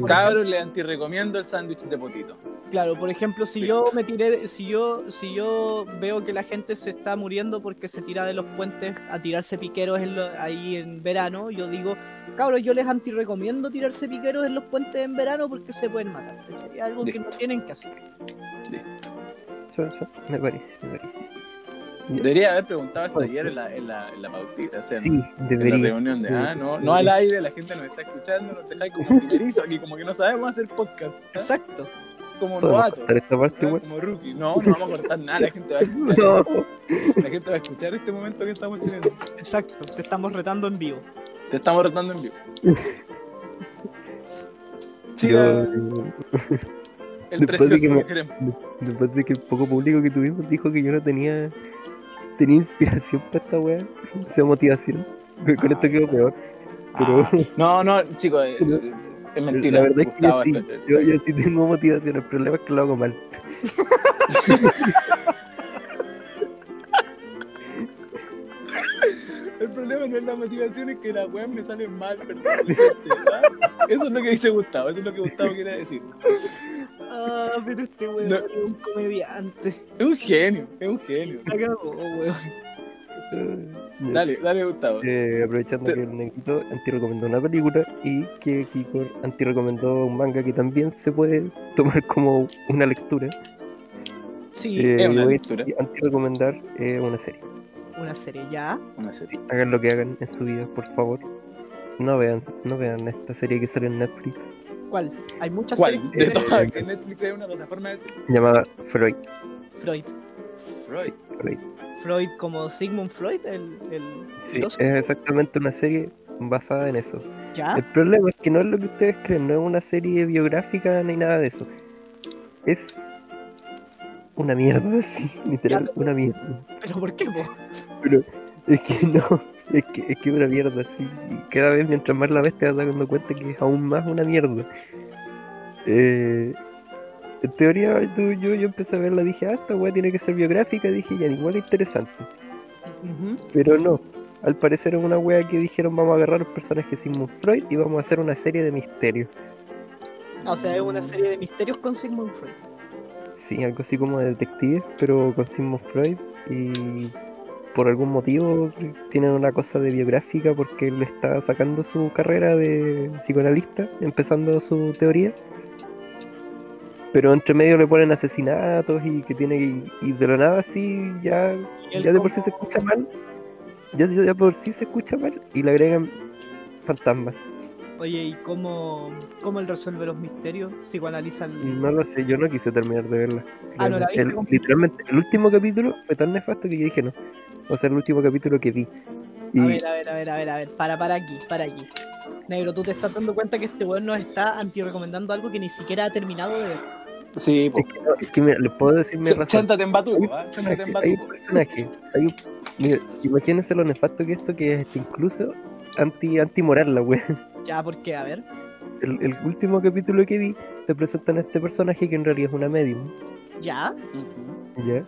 A: por
B: Cabros, le antirrecomiendo el sándwich de potito.
A: Claro, por ejemplo, si yo me tiré, si yo, si yo veo que la gente se está muriendo porque se tira de los puentes a tirarse piqueros en lo- ahí en verano, yo digo, cabros, yo les antirecomiendo tirarse piqueros en los puentes en verano porque se pueden matar. ¿cachai? Es algo que no
B: Listo.
A: tienen que hacer.
C: Eso- eso, me parece, me parece. Ya.
B: Debería haber preguntado esto
C: Puede
B: ayer
C: ser.
B: en la, en la, en la pautita. O sea,
C: Sí,
B: en la
C: debería.
B: reunión de,
C: Sí,
B: ah, no,
C: sí.
B: no al aire, la gente nos está escuchando, nos dejáis como primerizo aquí, como que no sabemos hacer podcast, ¿ah?
A: Exacto.
B: como
C: Podemos
B: novato,
C: cortar esta parte,
B: ¿ah?
C: weón.
B: como rookie. No, no vamos a cortar nada, la gente va a escuchar,
C: No,
B: la gente va a escuchar este momento que estamos teniendo.
A: Exacto. Te estamos retando en vivo.
B: Te estamos retando en vivo. Sí,
C: yo- después de
B: el
C: que
B: precioso
C: me-
B: que queremos.
C: Después de que el poco público que tuvimos dijo que yo no tenía tenía inspiración para esta weá, o sea, motivación. Con, con esto quedó peor. Pero
B: Ah, no, no, chicos, eh,
C: Pero-
B: es mentira.
C: la verdad es que yo
B: Gustavo,
C: sí,
B: espera,
C: yo, yo sí tengo motivación, el problema es que lo hago mal.
B: El problema no es la motivación, es que las weas me salen mal, perdón. ¿verdad? Eso es lo que dice Gustavo, eso es lo que Gustavo quiere decir.
A: Ah, pero este weón
B: No.
A: es un comediante.
B: Es un genio, es un genio.
A: La cagó, weón.
C: Eh, ya.
B: Dale, dale, Gustavo.
C: Eh, aprovechando
B: Te-
C: que el negrito anti-recomendó una película y que Kiko anti-recomendó un manga que también se puede tomar como una lectura.
A: Sí,
C: eh,
B: es una
C: voy a
B: lectura.
C: Anti-recomendar eh, una serie.
A: una serie ya.
B: Una serie.
C: Hagan lo que hagan en su vida, por favor. No vean, no vean esta serie que sale en Netflix
A: ¿Cuál? Hay muchas
B: ¿Cuál?
A: series.
B: De
C: Eh,
B: todas, que Netflix es una plataforma de
C: llamada Freud.
A: Freud.
B: Freud.
C: Freud.
A: Freud como Sigmund Freud, el, el
C: Sí, es
A: filósofo.
C: exactamente una serie basada en eso.
A: Ya.
C: El problema es que no es lo que ustedes creen, no es una serie biográfica ni nada de eso. Es una mierda, sí, literal,
A: pero-
C: una mierda.
A: ¿Pero por qué, po?
C: Es que no, es que es que una mierda, sí. Y cada vez mientras más la ves te vas dando cuenta que es aún más una mierda. Eh, en teoría, tú- yo, yo empecé a verla, dije, ah, esta weá tiene que ser biográfica, dije, ya, igual es interesante.
A: Ujú.
C: Pero no. Al parecer es una wea que dijeron vamos a agarrar los personajes de Sigmund Freud y vamos a hacer una serie de misterios.
A: O sea, es una serie de misterios con Sigmund Freud.
C: Sí, algo así como de detectives, pero con Sigmund Freud. Y por algún motivo tienen una cosa de biográfica porque él está sacando su carrera de psicoanalista, empezando su teoría. Pero entre medio le ponen asesinatos y que tiene y, y de lo nada así ya
A: Y él
C: ya de por sí
A: como-
C: se escucha mal. Ya, ya de por sí se escucha mal y le agregan fantasmas.
A: Oye, ¿y cómo, cómo él resuelve los misterios? Psicoanaliza el...
C: No lo sé, yo no quise terminar de verla.
A: Ah, ¿no la viste
C: El-
A: completa?
C: literalmente, el último capítulo fue tan nefasto que yo dije no. O sea, el último capítulo que vi. Mm, Y
A: A ver, a ver, a ver, a ver, a ver. Para, para aquí, para aquí. Negro, tú te estás dando cuenta que este weón nos está anti-recomendando algo que ni siquiera ha terminado de ver.
B: Sí,
C: es que, no, es que mira, les puedo decir mi
B: pues.
C: razón.
B: Chántate en Batuco, ¿ah?
C: Hay
B: Chántate en
C: un personaje, hay
B: Batuco.
C: un personaje, hay un- mira, imagínense lo nefasto que esto que es este, incluso anti antimoral la wea.
A: Ya, porque, a ver.
C: El, el último capítulo que vi te presentan a este personaje que en realidad es una medium.
A: Ya.
B: Ujú.
C: Ya.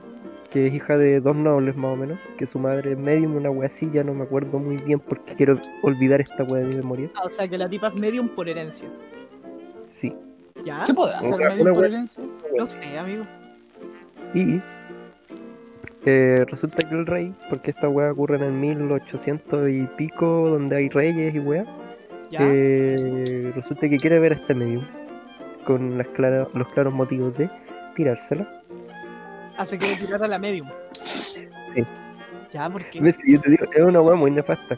C: Que es hija de dos nobles más o menos. Que su madre es medium, una wea así, ya no me acuerdo muy bien porque quiero olvidar esta wea de mi memoria.
A: Ah, o sea, que la tipa es medium por herencia.
C: Sí. pues.
A: Ya.
B: ¿Se podrá hacer
C: Una-
B: medio
C: una
B: por
C: wea-
B: herencia?
A: No sé, amigo.
C: Y eh, resulta que el rey, porque esta wea ocurre en el 1800 y pico, donde hay reyes y wea,
A: Ya.
C: eh, resulta que quiere ver a este medium. Con las clara- los claros motivos de tirársela.
A: Hace que le tirara la medium.
C: Sí.
A: Ya, porque...
C: ¿Ves? Yo te digo, es una wea muy nefasta.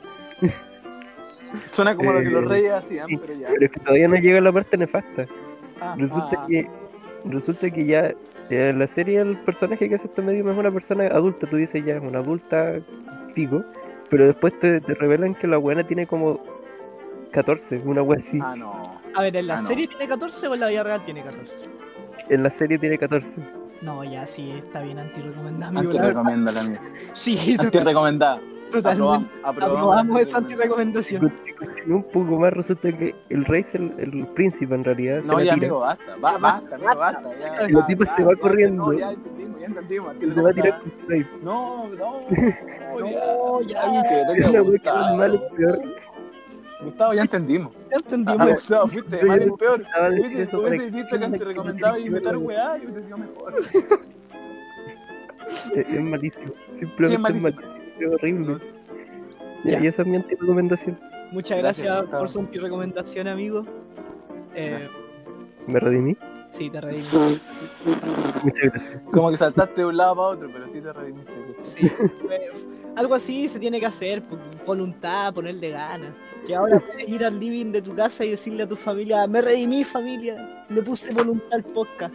B: Suena como lo que los
C: Eh,
B: reyes hacían,
C: sí,
B: pero ya.
C: Pero es que todavía no llega a la parte nefasta.
B: Ah,
C: Resulta
B: ah,
C: que resulta que ya eh, la serie el personaje que hace este medium es una persona adulta, tú dices ya es una adulta pico, pero después te, te revelan que la buena tiene como 14, una wea así.
B: Ah, no.
A: A ver, ¿en la
B: Ah, no.
A: serie tiene 14 o en la vida real tiene 14?
C: En la serie tiene 14.
A: No, ya, sí, está bien anti-recomendable.
B: Antes recomienda la mía.
A: Sí,
B: Antes recomendada. Aprobamos.
A: totalmente.
B: Aprobamos.
A: Aprobamos esa
B: antirrecomendación.
C: Si
A: anti-recomendación.
C: continúo un poco más, resulta que el rey, es el, el príncipe en realidad,
B: No,
C: se la tira.
B: ya, amigo, basta. ba-
A: Ya,
B: basta,
A: basta,
B: amigo,
A: basta.
B: basta. ya,
A: El
B: ya,
C: tipo
B: ya,
C: se va
B: ya,
C: corriendo.
B: No, ya entendimos, ya entendimos.
C: Se la va a tirar
B: antirrecomendada.
C: con Freud.
B: No, no.
A: No, ya,
B: Ay, que
C: Es
B: tenga
C: una wea que va de mal
B: Gustavo.
C: en peor.
B: Gustavo, ya entendimos.
A: Ya
B: Ah,
A: entendimos.
B: Gustavo, fuiste de mal en peor.
C: Ah, vale,
B: Hubiese
C: eso
B: hubiese
C: para-
B: visto que antes recomendaba inventar weá y hubiese sido mejor.
C: Es, es malísimo. Simplemente es
B: malísimo.
C: malísimo. Es horrible.
B: No,
C: Ya,
A: Ya.
C: Y esa es mi antirecomendación.
A: Muchas
B: Gracias,
A: gracias,
B: Gustavo.
A: por su anti-recomendación, amigo. Eh,
B: Gracias.
C: Me redimí.
A: sí, te reí.
C: Muchas gracias.
B: Como que saltaste de un lado para otro, pero sí te redimiste.
A: Sí. Eh, Algo así se tiene que hacer, po- voluntad, ponerle ganas. Que ahora puedes ir al living de tu casa y decirle a tu familia, me redimí familia, le puse voluntad al podcast.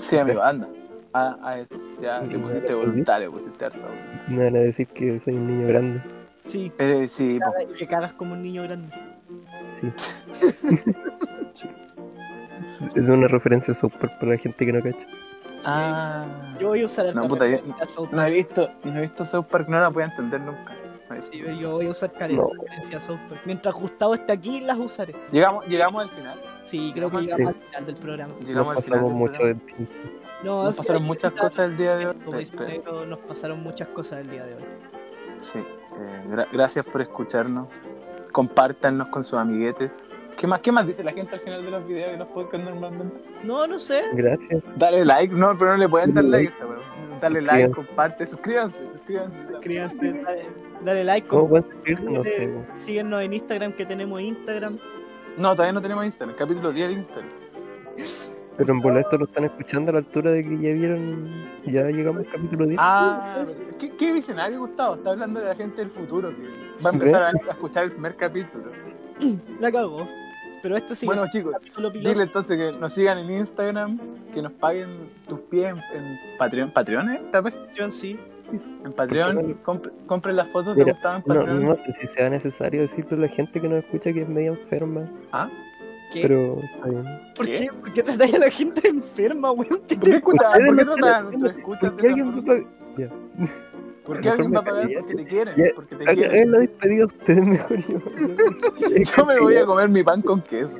B: Sí, amigo, anda. A, a eso. Ya le pusiste voluntad, le pusiste harta voluntad.
C: Me van a decir que soy un niño grande.
A: Sí,
B: Eh, sí, po.
A: y que cagas como un niño grande.
C: Sí. es una referencia súper para la gente que no cacha.
A: Sí.
B: Ah.
A: Yo voy a usar
B: No,
A: esta
B: puta,
A: palabra,
B: yo-
A: la South
B: No he visto, no he visto South Park, no la voy a entender nunca. No he visto.
A: Sí, yo voy a usar caleta
C: No.
A: de referencia a South Park. Mientras Gustavo esté aquí, las usaré.
B: Llegamos, llegamos al final.
A: Sí, creo que
B: Sí.
A: llegamos al final del programa.
B: Llegamos al
C: Nos
B: final.
C: pasamos
B: del
C: mucho
B: programa.
C: de tiempo.
A: No,
B: Nos
A: sí,
B: pasaron
A: hay-
B: muchas eh,
A: está-
B: cosas el día de hoy.
A: como dice
B: Pero-
A: Negro, nos pasaron muchas cosas el día de hoy.
B: Sí. Eh, gra- gracias por escucharnos. Compártanos con sus amiguetes. ¿Qué más, ¿Qué más dice la gente al final de los videos y de los podcasts normalmente?
A: No, no sé.
C: Gracias.
B: Dale like, no, pero no le pueden dar
C: Dale
B: like a esta weón. Dale like, comparte, suscríbanse, suscríbanse.
A: Suscríbanse, dale, dale like,
C: ¿Cómo
A: comparte,
C: pueden suscribirse? No sé. weón.
A: síguenos en Instagram que tenemos Instagram.
B: No, todavía no tenemos Instagram, capítulo 10 de Instagram.
C: Pero en bola esto lo están escuchando a la altura de que ya vieron. Ya llegamos al capítulo 10.
B: Ah, ¿qué, qué visionario, Gustavo. Está hablando de la gente del futuro que va a
C: Sí,
B: empezar a, a escuchar el primer capítulo.
A: La cago. Pero esto sí que
B: bueno,
A: es
B: chicos,
A: un capítulo piloto.
B: dile entonces que nos sigan en Instagram, que nos paguen tus pies en, en Patreon. ¿Patreon, eh? ¿Tal vez?
A: John, sí.
B: En Patreon,
C: Patreon.
B: compre- compren las fotos de
C: Mira,
B: Gustavo en
C: No,
B: Patreon.
C: no sé si sea necesario decirle a la gente que nos escucha que es media enferma,
B: ¿Ah?
A: ¿Qué?
C: pero está bien.
A: ¿Por
B: ¿Qué?
A: qué? ¿Por qué tratáis a la gente enferma, weón? ¿Qué
B: ¿Por qué
A: te...
B: escuchas?
C: Ustedes
B: ¿Por qué
C: no
B: tratan a
C: saben-
B: nuestros escuchas
C: ¿Por
B: de
C: qué
B: esa
C: alguien
B: forma?
C: va a pagar?
B: ¿Por qué
C: Mejor
B: alguien
C: me
B: va a pagar?
C: callaré.
B: Porque te quieren,
C: Ya,
B: porque te
C: Haga-
B: quieren.
C: hagan la despedida a ustedes mejor. Yo,
B: Yo me voy a comer mi pan con queso.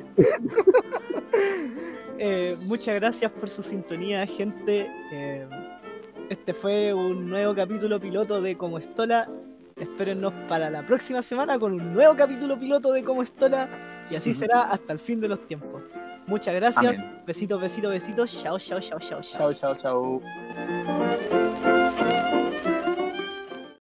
A: Eh, muchas gracias por su sintonía, gente. Eh, este fue un nuevo capítulo piloto de Como Estola. Espérennos para la próxima semana con un nuevo capítulo piloto de Como Estola. Y así
B: Ujú.
A: será hasta el fin de los tiempos. Muchas gracias.
B: Amén.
A: Besitos, besitos, besitos. Chao, chao, chao, chao, chao.
B: Chao, chao, chao.